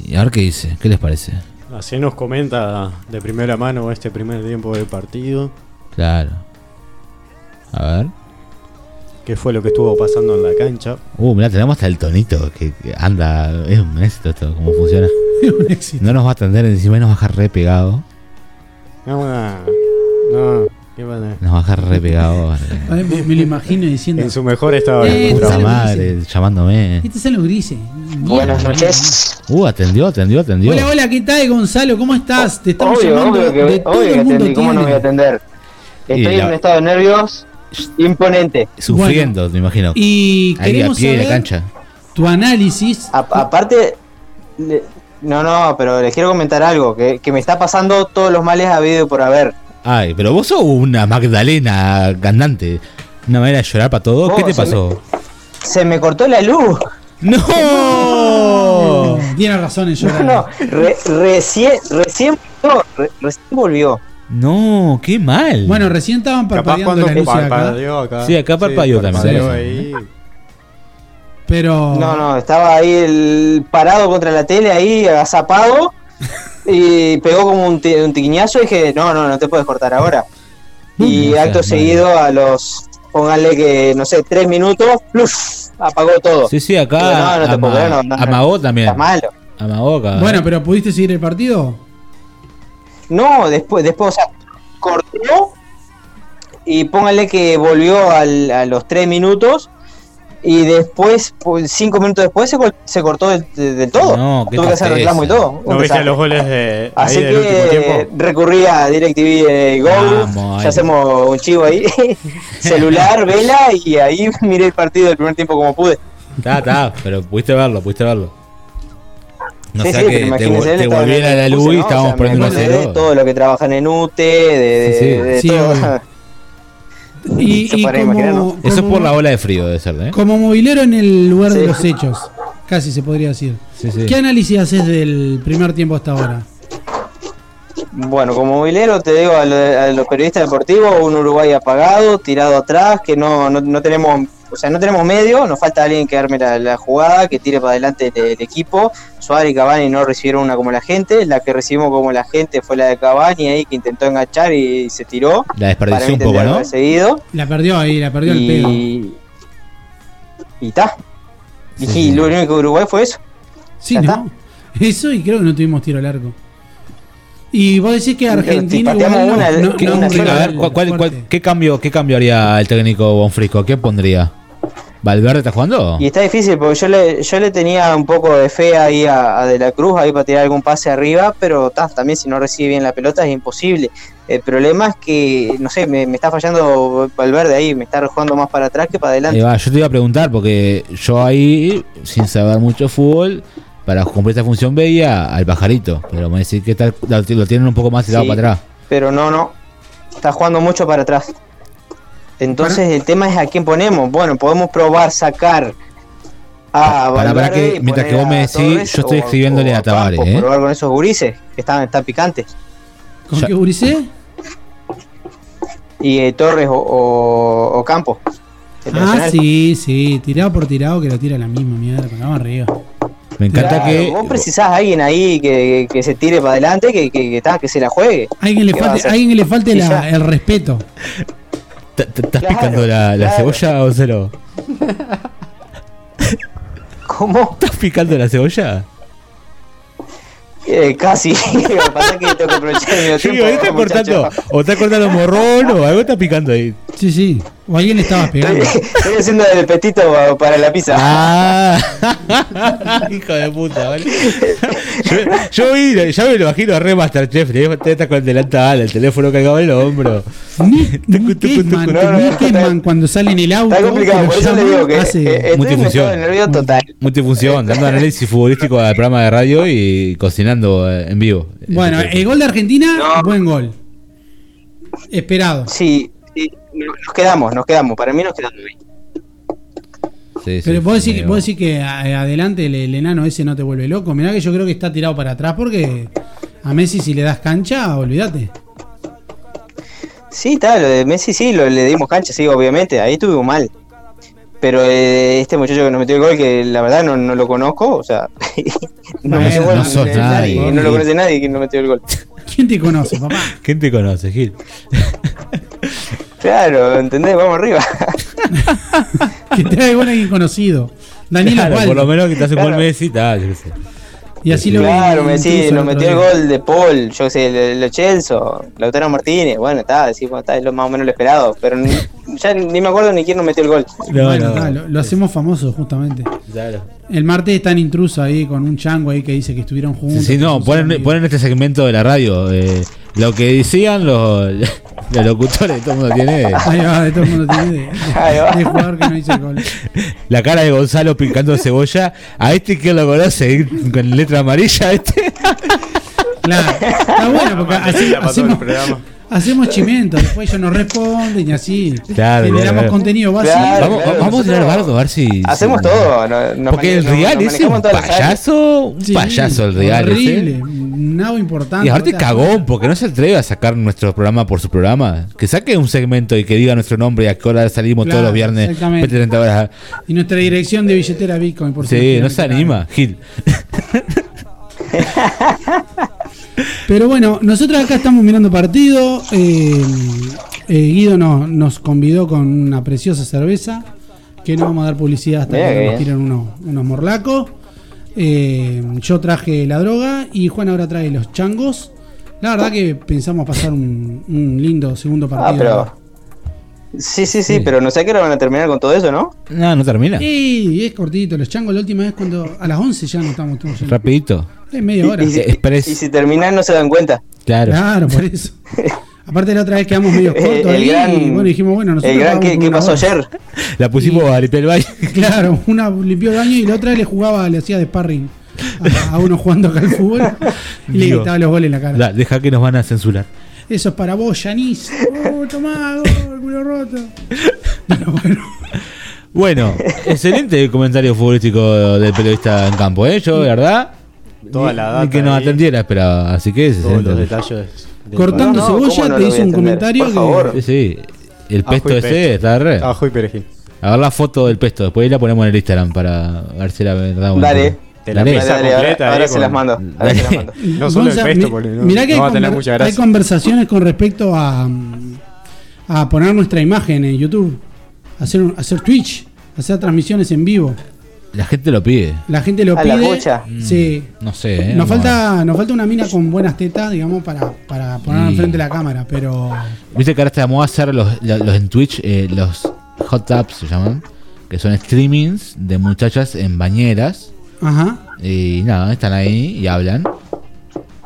Y a ver qué dice, ¿qué les parece?
Así nos comenta de primera mano este primer tiempo del partido.
Claro. A ver.
¿Qué fue lo que estuvo pasando en la cancha?
Uh, mirá, tenemos hasta el tonito que que anda. Es un éxito esto, cómo funciona.
Un éxito.
No nos va a atender, encima nos va a dejar re pegado.
No, Ah, no. ¿Qué pasa?
Nos va a dejar re pegado.
A ver, me, me lo imagino diciendo.
En su mejor estado.
Eh,
de
Puta
sale
madre, llamándome.
Estos son los grises.
Buenas noches.
Uh, atendió, atendió, atendió.
Hola, hola, ¿qué tal, Gonzalo? ¿cómo estás? Te estamos
Obvio,
llamando
obvio que,
de todo
obvio que
el mundo.
atendí. ¿Cómo no voy a
tiene.
atender?
Y
Estoy
la-
en un estado de nervios imponente.
Sufriendo, me imagino.
Y
Ahí a
queremos
pie de la
saber
cancha.
tu análisis.
A- aparte, le- no, no, pero les quiero comentar algo, que, que me está pasando todos los males habido por haber.
Ay, pero vos sos una Magdalena cantante. Una manera de llorar para todo. ¿Qué
Oh,
te
se me-
pasó?
Se me cortó la luz.
¡No!
Tienes razón en
No,
llorar.
no, re- recién, recién volvió. re- recién volvió.
No, qué mal.
Bueno, recién estaban
Capaz
parpadeando
cuando
las luces acá.
parpadeó acá.
Sí, acá parpadeó también.
parpadeó
Sí.
ahí.
Pero.
No, no, estaba ahí el, parado contra la tele, ahí agazapado. Y pegó como un, ti- un tiquiñazo y dije, no, no, no te puedes cortar ahora. Y
No seas
acto
malo.
seguido a los, póngale que, no sé, tres minutos, ¡pluf! apagó todo.
sí, sí, acá
Digo, no, no te
ama-
puedo creer, no, no, no.
amagó también. ¿eh?
Está malo.
a Magoca.
Bueno, pero ¿pudiste seguir el partido?
No, después, después, o sea, cortó y póngale que volvió al- a los tres minutos y después, pues, cinco minutos después, se, col- se cortó del, de- del todo.
No, qué
Tuve que hacer
tristeza.
reclamo y todo. Un
¿No viste
desastre.
los goles de, ahí
Así
del último
que
tiempo?
recurrí a DirecTV Go,
Vamos, ahí.
ya hacemos un chivo ahí, celular, vela y ahí miré el partido del primer tiempo como pude.
Está, está, pero pudiste verlo, pudiste verlo. No
Sí,
sea
sí,
que
pero
te, vol-
imagínense, él
te
estaba en
volviera
el
la luz
curso,
y
¿no?
estábamos
O sea, me
perdiendo
acordé de
1-0.
todo lo que trabajan en UTE, de,
Sí, sí.
de- de
Sí,
todo.
obvio. Y,
Se
y
podrá
como,
imaginar, ¿no?
Eso es
como-
por la ola de frío, debe ser, ¿eh?
Como movilero en el lugar de
Sí.
los hechos, casi se podría decir.
Sí, sí.
¿Qué análisis haces del primer tiempo hasta ahora?
Bueno, como movilero te digo a, lo- a los periodistas deportivos, un Uruguay apagado, tirado atrás, que no, no, no tenemos, o sea, no tenemos medio, nos falta alguien que arme la, la jugada, que tire para adelante el, el equipo. Suárez y Cavani no recibieron una como la gente, la que recibimos como la gente fue la de Cavani ahí que intentó enganchar y, se tiró.
La desperdició
mí
un poco,
tendría que
¿no?
haber seguido.
La perdió ahí, la perdió el pedo.
Y y está.
Sí,
Y
sí.
lo único que Uruguay fue eso.
Sí,
ya
¿no? Eso y creo que no tuvimos tiro largo. Y vos decís que Argentina
Eh, pateamos
igual no-
una,
no-
que
no
una
es un
sola.
A ver,
rival
¿cuál- cuál- cuál-
fuerte.
¿qué, cambio, ¿qué cambio haría el técnico Bonfrisco? ¿Qué pondría? ¿Valverde está jugando?
Y está difícil porque yo le, yo le tenía un poco de fe ahí a, a De la Cruz, ahí para tirar algún pase arriba, pero ta, también si no recibe bien la pelota es imposible. El problema es que, no sé, me, me está fallando Valverde ahí, me está jugando más para atrás que para
Ahí
adelante.
va, yo te iba a preguntar, porque yo ahí, sin saber mucho fútbol, para cumplir esta función veía al pajarito. Pero me decís que está- lo lo tienen un poco más tirado
Sí.
para atrás.
Pero no, no, está jugando mucho para atrás. Entonces el tema es a quién ponemos. Bueno, podemos probar sacar a
Para- para
Valverde.
que-
y poner
mientras que vos
a
me decís,
Torres
yo estoy
o-
escribiéndole
o
a Tabárez,
Campos,
¿eh?
Probar con esos gurises que están, están picantes.
¿Con
Ya-
qué Ulises?
y eh, Torres o, o, o Campos. El
Ah,
Nacional.
sí, sí. Tirado por tirado que la tira la misma mierda. Vamos arriba.
Me encanta
Claro,
que.
Vos precisás a alguien ahí que, que- que se tire para adelante, que, que, que, ta, que se la juegue.
Alguien le
¿Qué va a
falte,
hacer?
alguien le falte
Y
la- eh.
ya.
el respeto.
¿Estás
Claro,
picando la, la
claro.
cebolla, Gonzalo?
¿Cómo?
¿Estás picando la cebolla?
Eh, casi. Lo que pasa es que tengo que aprovechar el medio
Yo
tiempo.
digo, ahí este está
muchacho.
cortando. O está cortando morrón o algo está picando ahí.
Sí, sí. O alguien le estaba pegando.
Estoy haciendo el petito pa- para la pizza.
Ah, hijo de puta, ¿vale? Yo, yo vi, ya me lo imagino a re Masterchef, le digo, te estás con delanta ala, el teléfono cagado en el hombro.
Nick, Nick
tucu,
Kidman,
tucu.
No, no,
Nick Kidman
está-
cuando sale en el auto.
Está complicado,
lo
por eso le digo
llaman,
que
hace-
eh, estoy en un
multifunción.
estado de nervio total.
Multifunción, dando análisis futbolístico al programa de radio y cocinando eh, en vivo.
bueno, el gol de Argentina, buen gol. Esperado.
Sí, sí, nos quedamos, nos quedamos. Para mí nos quedamos.
Sí, sí,
Pero vos decís,
medio-
vos decís que a- adelante el, el enano ese no te vuelve loco. Mirá que yo creo que está tirado para atrás porque a Messi si le das cancha, olvídate.
Sí, tal, lo de Messi sí, lo, le dimos cancha, sí, obviamente, ahí estuvimos mal. Pero eh, este muchacho que nos metió el gol, que la verdad no, no lo conozco, o sea, no,
Bueno,
me
no
sos nadie.
no lo conoce nadie que nos metió el gol.
¿Quién te conoce, papá?
¿Quién te conoce, Gil?
Claro, ¿entendés? Vamos arriba.
Que trae bueno alguien conocido. Daniel
Claro,
Osvaldo.
por lo menos que te hace un gol
Claro.
Messi, tal, yo qué sé.
Y así lo
claro,
vi
me decís,
incluso
nos
otro
metió el
día.
gol de Paul, yo qué sé, el- el Chelso, Lautaro Martínez, bueno, está, decís, bueno, está, es lo más o menos lo esperado, pero ni- ya ni me acuerdo ni quién nos metió el gol.
No,
Bueno,
no.
está, lo, lo hacemos famoso, justamente.
Claro.
El martes están intrusos ahí con un chango ahí que dice que estuvieron
Sí,
juntos.
sí, no,
que son
ponen,
amigos.
ponen este segmento de la radio. eh, lo que decían los, los locutores, todo el mundo tiene
Ahí va, de todo el mundo tiene idea.
Ahí va.
De jugador que no hizo el gol.
la cara de Gonzalo picando cebolla. A este que lo conoce con letra amarilla, este.
Claro. Está bueno porque
Amarilla
así,
para todo
hacemos,
el programa.
hacemos chimento. Después ellos nos responden y así.
Claro,
Generamos
claro.
contenido básico.
Claro,
vamos
claro,
vamos a tirar
nosotros
bardo a ver si.
Hacemos
si-
todo, no- nos
Porque el
mane- nos-
Real
nos
ese es un
manejamos todas las áreas.
payaso. Un payaso el Real
Horrible.
ese.
Un nabo importante.
Y aparte
Otra-
cagón, porque no se atreve a sacar nuestro programa por su programa. Que saque un segmento y que diga nuestro nombre y a qué hora salimos
Claro,
todos los viernes.
exactamente.
20-30 horas.
Y nuestra dirección de billetera Bitcoin, por
Sí,
supuesto,
no se
claro.
anima, Gil.
Pero bueno, nosotros acá estamos mirando partido. eh, eh, Guido nos, nos convidó con una preciosa cerveza. Que no vamos a dar publicidad hasta
Mira
que
qué
nos
bien.
tiren unos, unos morlacos. Eh, yo traje la droga y Juan ahora trae los changos. La verdad que pensamos pasar un, un lindo segundo
Ah,
partido.
pero. Sí, sí, sí, pero no sé a qué hora van a terminar con todo eso, ¿no?
No, no termina.
Y es cortito, los changos la última vez cuando a las 11 ya no estamos todos en
Rapidito.
Es media hora.
Y, si,
Express.
y si terminan, no se dan cuenta.
Claro.
Claro, por eso. Aparte la otra vez quedamos medio cortos
Eh, El
ahí
gran-
y bueno, dijimos, bueno, nosotros
El gran,
vamos
¿qué,
por
qué
una
pasó
hora.
ayer?
La pusimos a limpiar el baño.
Claro, una limpió el baño y la otra le jugaba, le hacía de sparring a, a uno jugando acá al fútbol y le
Digo.
gritaba los goles en la cara.
Da, deja que nos van a censurar.
Eso es para vos, Yanis. Oh, tomá, gol, culo roto. Pero bueno,
Bueno, excelente el comentario futbolístico del periodista en campo, ¿eh? Yo, la verdad,
Toda la data
ni que nos
ahí,
atendiera esperaba. Así que,
Todos
excelente.
los detalles. del
cortando
No, ¿cómo
cebolla
no lo
te
voy a
hizo un
entender?
comentario
Por
que
favor.
Sí, sí. El
Ajo
pesto
y
ese
pesto.
está re.
pa- Ajo y perejil.
A ver la foto del pesto, después la ponemos en el Instagram para ver si la verdad. o no.
Dale.
Te la
Dale.
Esa
Dale, dale,
completa
ahora,
ahí
ahora se
con-
las mando. Ahora se las mando.
No solo el
Gonza,
pesto,
mi-
porque no,
mirá
no
que hay,
va a tener
conver-
mucha
hay
gracia.
conversaciones con respecto a, mm, a poner nuestra imagen en YouTube, hacer, un- hacer Twitch, hacer transmisiones en vivo.
La gente lo pide.
La gente lo
A la
pide.
bocha.
Sí.
No sé, ¿eh?
Nos
Vamos a ver.
falta, nos falta una mina con buenas tetas, digamos, para, para ponerla
Sí.
enfrente de la cámara, pero.
Viste que ahora está de moda hacer los, los- los en Twitch, eh, los hot tubs se llaman, que son streamings de muchachas en bañeras.
Ajá.
Y nada, están ahí y hablan.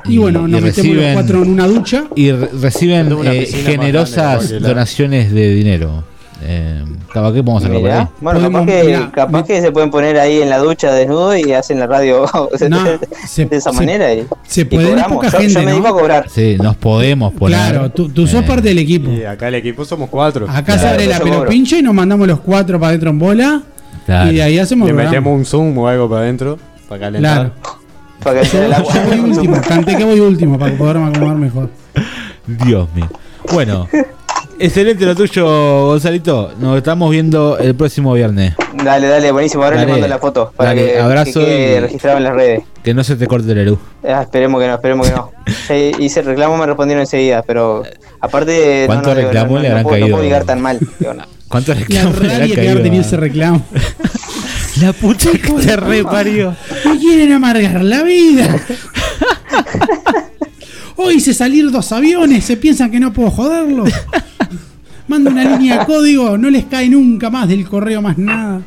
Y, bueno, nos metemos los
reciben-
cuatro en una ducha.
Y re- reciben
Tengo una
eh,
piscina más grande que
generosas
cualquier lado.
donaciones de dinero. Eh, capaz que vamos a sacar por ahí.
Mirá. Bueno,
Podemos-
capaz, que,
mirá,
capaz
mi-
que se pueden poner ahí en la ducha desnudo y hacen la radio
No, se-
de esa
se-
manera. Y,
se
y
puede, es
cobramos.
poca
Yo, yo
gente,
me
¿no?
dedico a cobrar.
Sí, nos podemos poner.
Claro, tú, tú sos
eh,
parte del equipo.
Y acá el equipo somos cuatro.
Acá se
Claro,
abre la
yo
pelo
cobro.
pincho y nos mandamos los cuatro para adentro en bola.
claro.
Y de ahí hacemos
Le
programa.
metemos un zoom o algo para adentro. Para calentar.
Claro.
Para que se el
Yo
agua.
voy último, canté que voy último para poderme acomodar mejor.
Dios mío. Bueno, excelente lo tuyo, Gonzalito. Nos estamos viendo el próximo viernes.
Dale, dale, buenísimo. Ahora
Dale.
le mando la foto para
Dale,
que,
abrazo
que quede
y-
registrado en las redes.
Que no se te corte el erú.
Ah, esperemos que no, esperemos que no. Sí, hice reclamo, me respondieron enseguida, pero aparte.
¿Cuánto
digo,
reclamo le habrán
puedo,
caído?
puedo ligar tan mal. digo, no.
¿Cuántos
La
reclamos le habrán
rabia que
caído
haber tenido
a-
ese reclamo.
La puta que te reparió.
Me quieren amargar la vida. Hoy hice salir dos aviones, se piensan que no puedo joderlo. Mando una línea de código, no les cae nunca más del correo más nada.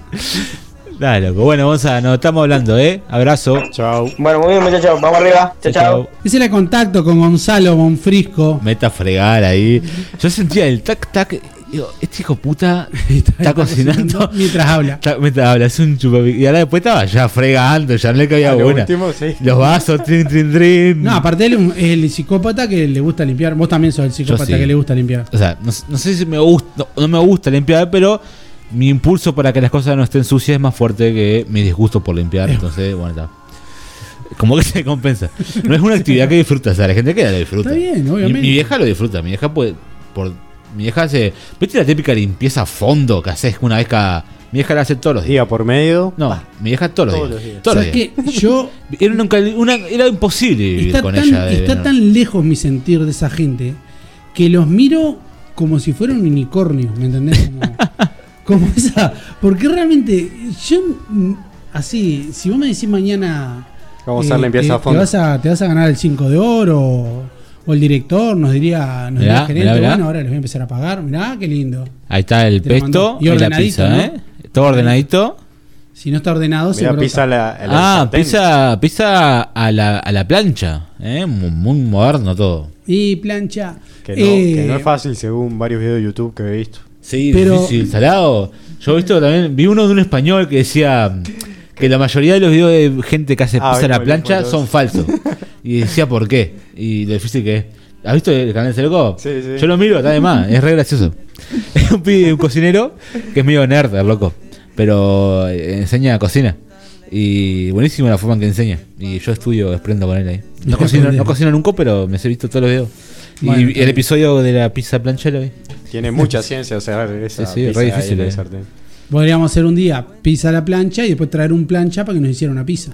Dale, loco. Bueno, Gonzalo, nos estamos hablando, ¿eh? Abrazo.
Chau.
Bueno, muy bien, muchachos, vamos arriba. Chao, chao.
Ese era el contacto con Gonzalo Bonfrisco.
Meta fregar ahí. Yo sentía el tac tac. Digo, este hijo puta está cocinando.
Mientras habla.
Está- me estaba hablando, es un chupapi- Y ahora después estaba ya fregando, ya no le cabía
A lo
una.
último, sí.
Los vasos, trin, trin, trin.
No, aparte él es un- es el psicópata que le gusta limpiar. Vos también sos el psicópata
sí.
que le gusta limpiar.
O sea, no, no sé si me gusta, no, no me gusta limpiar, pero mi impulso para que las cosas no estén sucias es más fuerte que mi disgusto por limpiar. Entonces, bueno, está. Como que se compensa. No es una actividad que disfrutas, o sea, la gente que la disfruta.
Está bien,
Mi-
obviamente.
Mi, vieja lo disfruta, mi vieja puede, por mi vieja hace, ¿viste la típica limpieza a fondo que haces una vez cada mi vieja la hace todos los días?
Día por medio.
No, mi vieja todos los
Todos
días.
los días.
Todos los
¿Sabes
días.
qué? Yo
Era, una- una- era imposible vivir
está,
con
tan,
ella. de-
está
¿no?
tan lejos mi sentir de esa gente que los miro como si fueran unicornios, ¿me entendés? Como, como esa. Porque realmente, yo mm, así, si vos me decís mañana.
Vamos a hacer limpieza
te-
a fondo.
Te vas a, te vas a ganar el 5 de oro o, o el director, nos diría, nos diría
Mirá,
el gerente,
mirá, mirá.
bueno, ahora los voy a empezar a pagar, mirá, qué lindo.
Ahí está el
Te lo
pesto
mandó. Y
y, la
ordenadito,
pizza,
¿no?
¿eh? Todo ordenadito.
Si no está ordenado, se
Mira,
brota.
pisa la. la
Ah,
sartén.
pizza, pizza a la, a la plancha, ¿eh? Mu- Muy, moderno todo.
Y plancha. eh,
Que no, que
eh,
no es fácil según varios videos de YouTube que he visto.
Sí,
Pero-
difícil, salado. Yo he visto también, vi uno de un español que decía que la mayoría de los videos de gente que hace
Ah,
pizza a la
vimos,
plancha
vimos dos.
son falsos. Y decía por qué, y lo difícil que es. ¿Has visto el canal de ese loco?
Sí, sí.
Yo lo miro, está de más, es re gracioso. Es un, pibe, un cocinero que es medio nerd, el loco, pero eh, enseña cocina. Y buenísimo la forma en que enseña. Y yo estudio, aprendo con él ahí. No
Está
cocino, no
aprendiendo.
cocino nunca, pero me he visto todos los videos. Y
Bueno, está
el
bien.
episodio de la pizza plancha lo vi.
Tiene mucha ciencia hacer esa
Sí, sí,
pizza
re
ahí
difícil,
en la
eh.
sartén.
Podríamos hacer un día pizza a la plancha y después traer un plancha para que nos hiciera una pizza.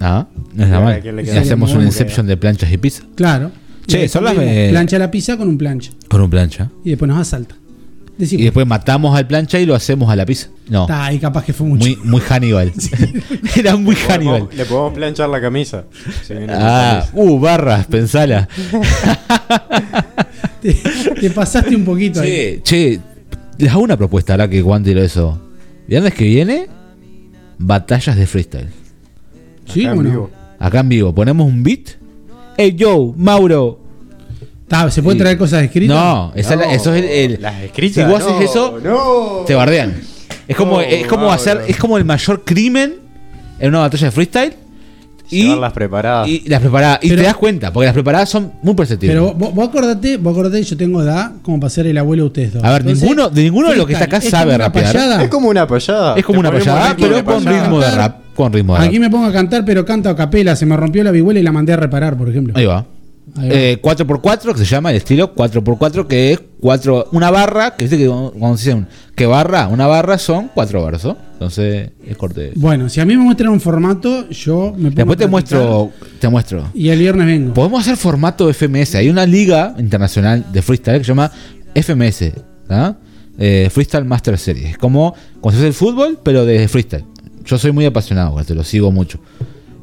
Ah, no está
Mira,
mal.
¿a quién le
Y
queda?
hacemos un
Como
Inception de planchas y pizza.
Claro.
Che,
Y
son las
comemos
de-
Plancha la pizza con un plancha.
Con un plancha.
Y después nos asalta. Decime.
Y después matamos al plancha y lo hacemos a la pizza. No,
Está ahí, capaz que fue mucho.
muy, muy Hannibal. Era muy Hannibal.
Podemos- Le podemos planchar la camisa. Si viene con
Ah,
camisa.
uh, barras, pensala.
Te, te pasaste un poquito ahí.
Che, che, les hago una propuesta ahora que Juan tiró eso. Viernes que viene, batallas de freestyle.
Sí,
Acá en
bueno.
vivo.
Acá en vivo, ponemos un beat. Hey, yo, Mauro.
Está, ¿Se puede
Sí.
traer cosas escritas?
No, esa es la- eso es el. el-
Las escritas.
Si vos
no,
haces eso,
No.
te bardean. Es como,
No,
es como
Mauro.
hacer, es como el mayor crimen en una batalla de freestyle. Y,
Llevarlas preparadas.
y las preparadas. Y
Pero-
te das cuenta, porque las preparadas son muy perceptibles.
Pero vos, vos acordate, vos acordate, yo tengo edad como para ser el abuelo de ustedes dos.
A ver, ninguno- de ninguno de los que está acá
freestyle, es como
sabe
una
rapear.
payada.
es como una payada.
Ah. es como
Te
una
ponemos
payada,
ritmo de
pero con
payada.
ritmo de rap. Con ritmo de rap.
Aquí me pongo a cantar, pero canto a capela. Se me rompió la vihuela y la mandé a reparar, por ejemplo.
Ahí va.
Ahí va.
Eh, 4x4, que se llama el estilo 4x4, que es cuatro, una barra, que viste que cuando se dicen que barra, una barra son cuatro versos. Entonces, es corte.
Bueno, si a mí me muestran un formato, yo
Después
me pongo a
te
practicar
muestro, te muestro.
Y el viernes vengo.
Podemos hacer formato FMS. Hay una liga internacional de freestyle que se llama FMS, ¿ah? Eh, freestyle Master Series. Es como cuando se hace el fútbol, pero de freestyle. Yo soy muy apasionado con esto, lo sigo mucho.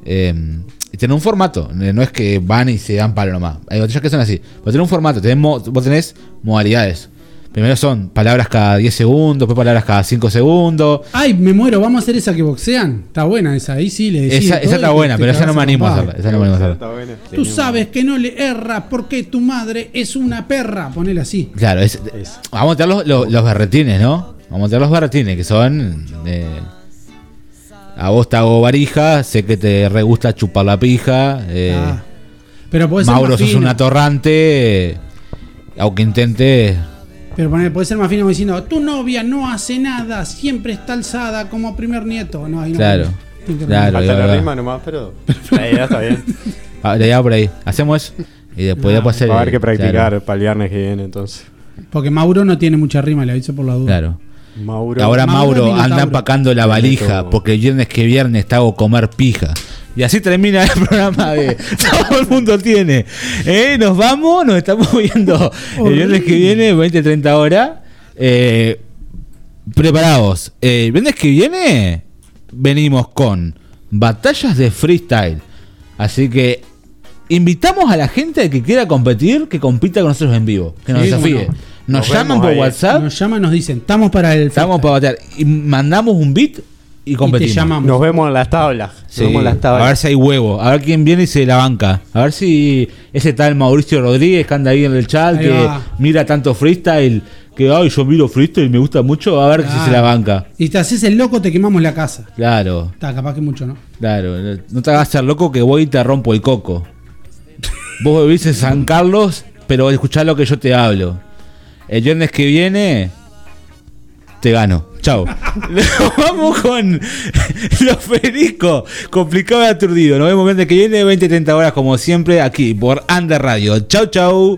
Eh, y tiene un formato, eh, no es que van y se dan palo nomás. Hay batallas que son así. Pero tiene un formato, tenés mo- vos tenés modalidades. Primero son palabras cada 10 segundos, después palabras cada 5 segundos.
Ay, me muero, vamos a hacer esa que boxean. Está buena esa, ahí sí este le decís.
Esa, esa está buena, pero esa no me animo a hacerla. Esa no me animo a hacerla.
Está bueno.
Tú sabes que no le erras porque tu madre es una perra. Ponela así.
Claro, es-
Es-
vamos a tirar los, los, los berretines, ¿no? Vamos a tirar los berretines, que son... eh, a vos te hago varija, sé que te re gusta chupar la pija. eh,
Ah. Pero podés
Mauro,
ser más
sos
fino.
un atorrante. eh, aunque intente...
Pero poner, podés ser más fino como diciendo, tu novia no hace nada, siempre está alzada como primer nieto. No, ahí no.
Claro,
Tiene que
claro.
Falta
Pero-
la rima nomás, pero. La idea está bien.
Ah, le daba por ahí. Hacemos eso. Y
Ah.
después ya puede hacer...
Va a haber que practicar
Claro.
para el viernes que viene, entonces.
remar. Porque Mauro no tiene mucha rima, le aviso por la duda.
claro.
Mauro.
Ahora
Mauro
Mauro anda
Minotauro.
empacando la valija, porque el viernes que viernes te hago comer pija. Y así termina el programa de Todo el mundo tiene. Eh, Nos vamos, nos estamos viendo el viernes que viene, 20-30 horas. Eh, preparados. Eh, el viernes que viene venimos con batallas de freestyle. Así que invitamos a la gente que quiera competir, que compita con nosotros en vivo, que nos
Sí, cómo
desafíe.
no.
Nos,
Nos
llaman
vemos
por
ahí.
WhatsApp.
Nos llaman, nos dicen, estamos para el.
Estamos para
freestyle".
batear. Y mandamos un beat y competimos.
Y te llamamos.
Nos vemos en las tablas.
Sí.
Nos vemos en las
a ver
tablas.
si hay huevo. A ver quién viene y se la banca. A ver si ese tal Mauricio Rodríguez que anda ahí en el chat,
Ahí
que
va.
mira tanto freestyle, que ay, yo miro freestyle y me gusta mucho. A ver si
Claro.
se la banca.
Y te haces el loco, te quemamos la casa.
Claro,
Está, capaz que mucho, ¿no?
claro. No te hagas ser loco que voy y te rompo el coco. Vos vivís en San Carlos, pero escuchá lo que yo te hablo. El viernes que viene, te gano. Chao. Nos vamos con los pericos. Complicado y aturdido. Nos vemos el viernes que viene, 20-30 horas, como siempre, aquí por Under Radio. Chau, chau.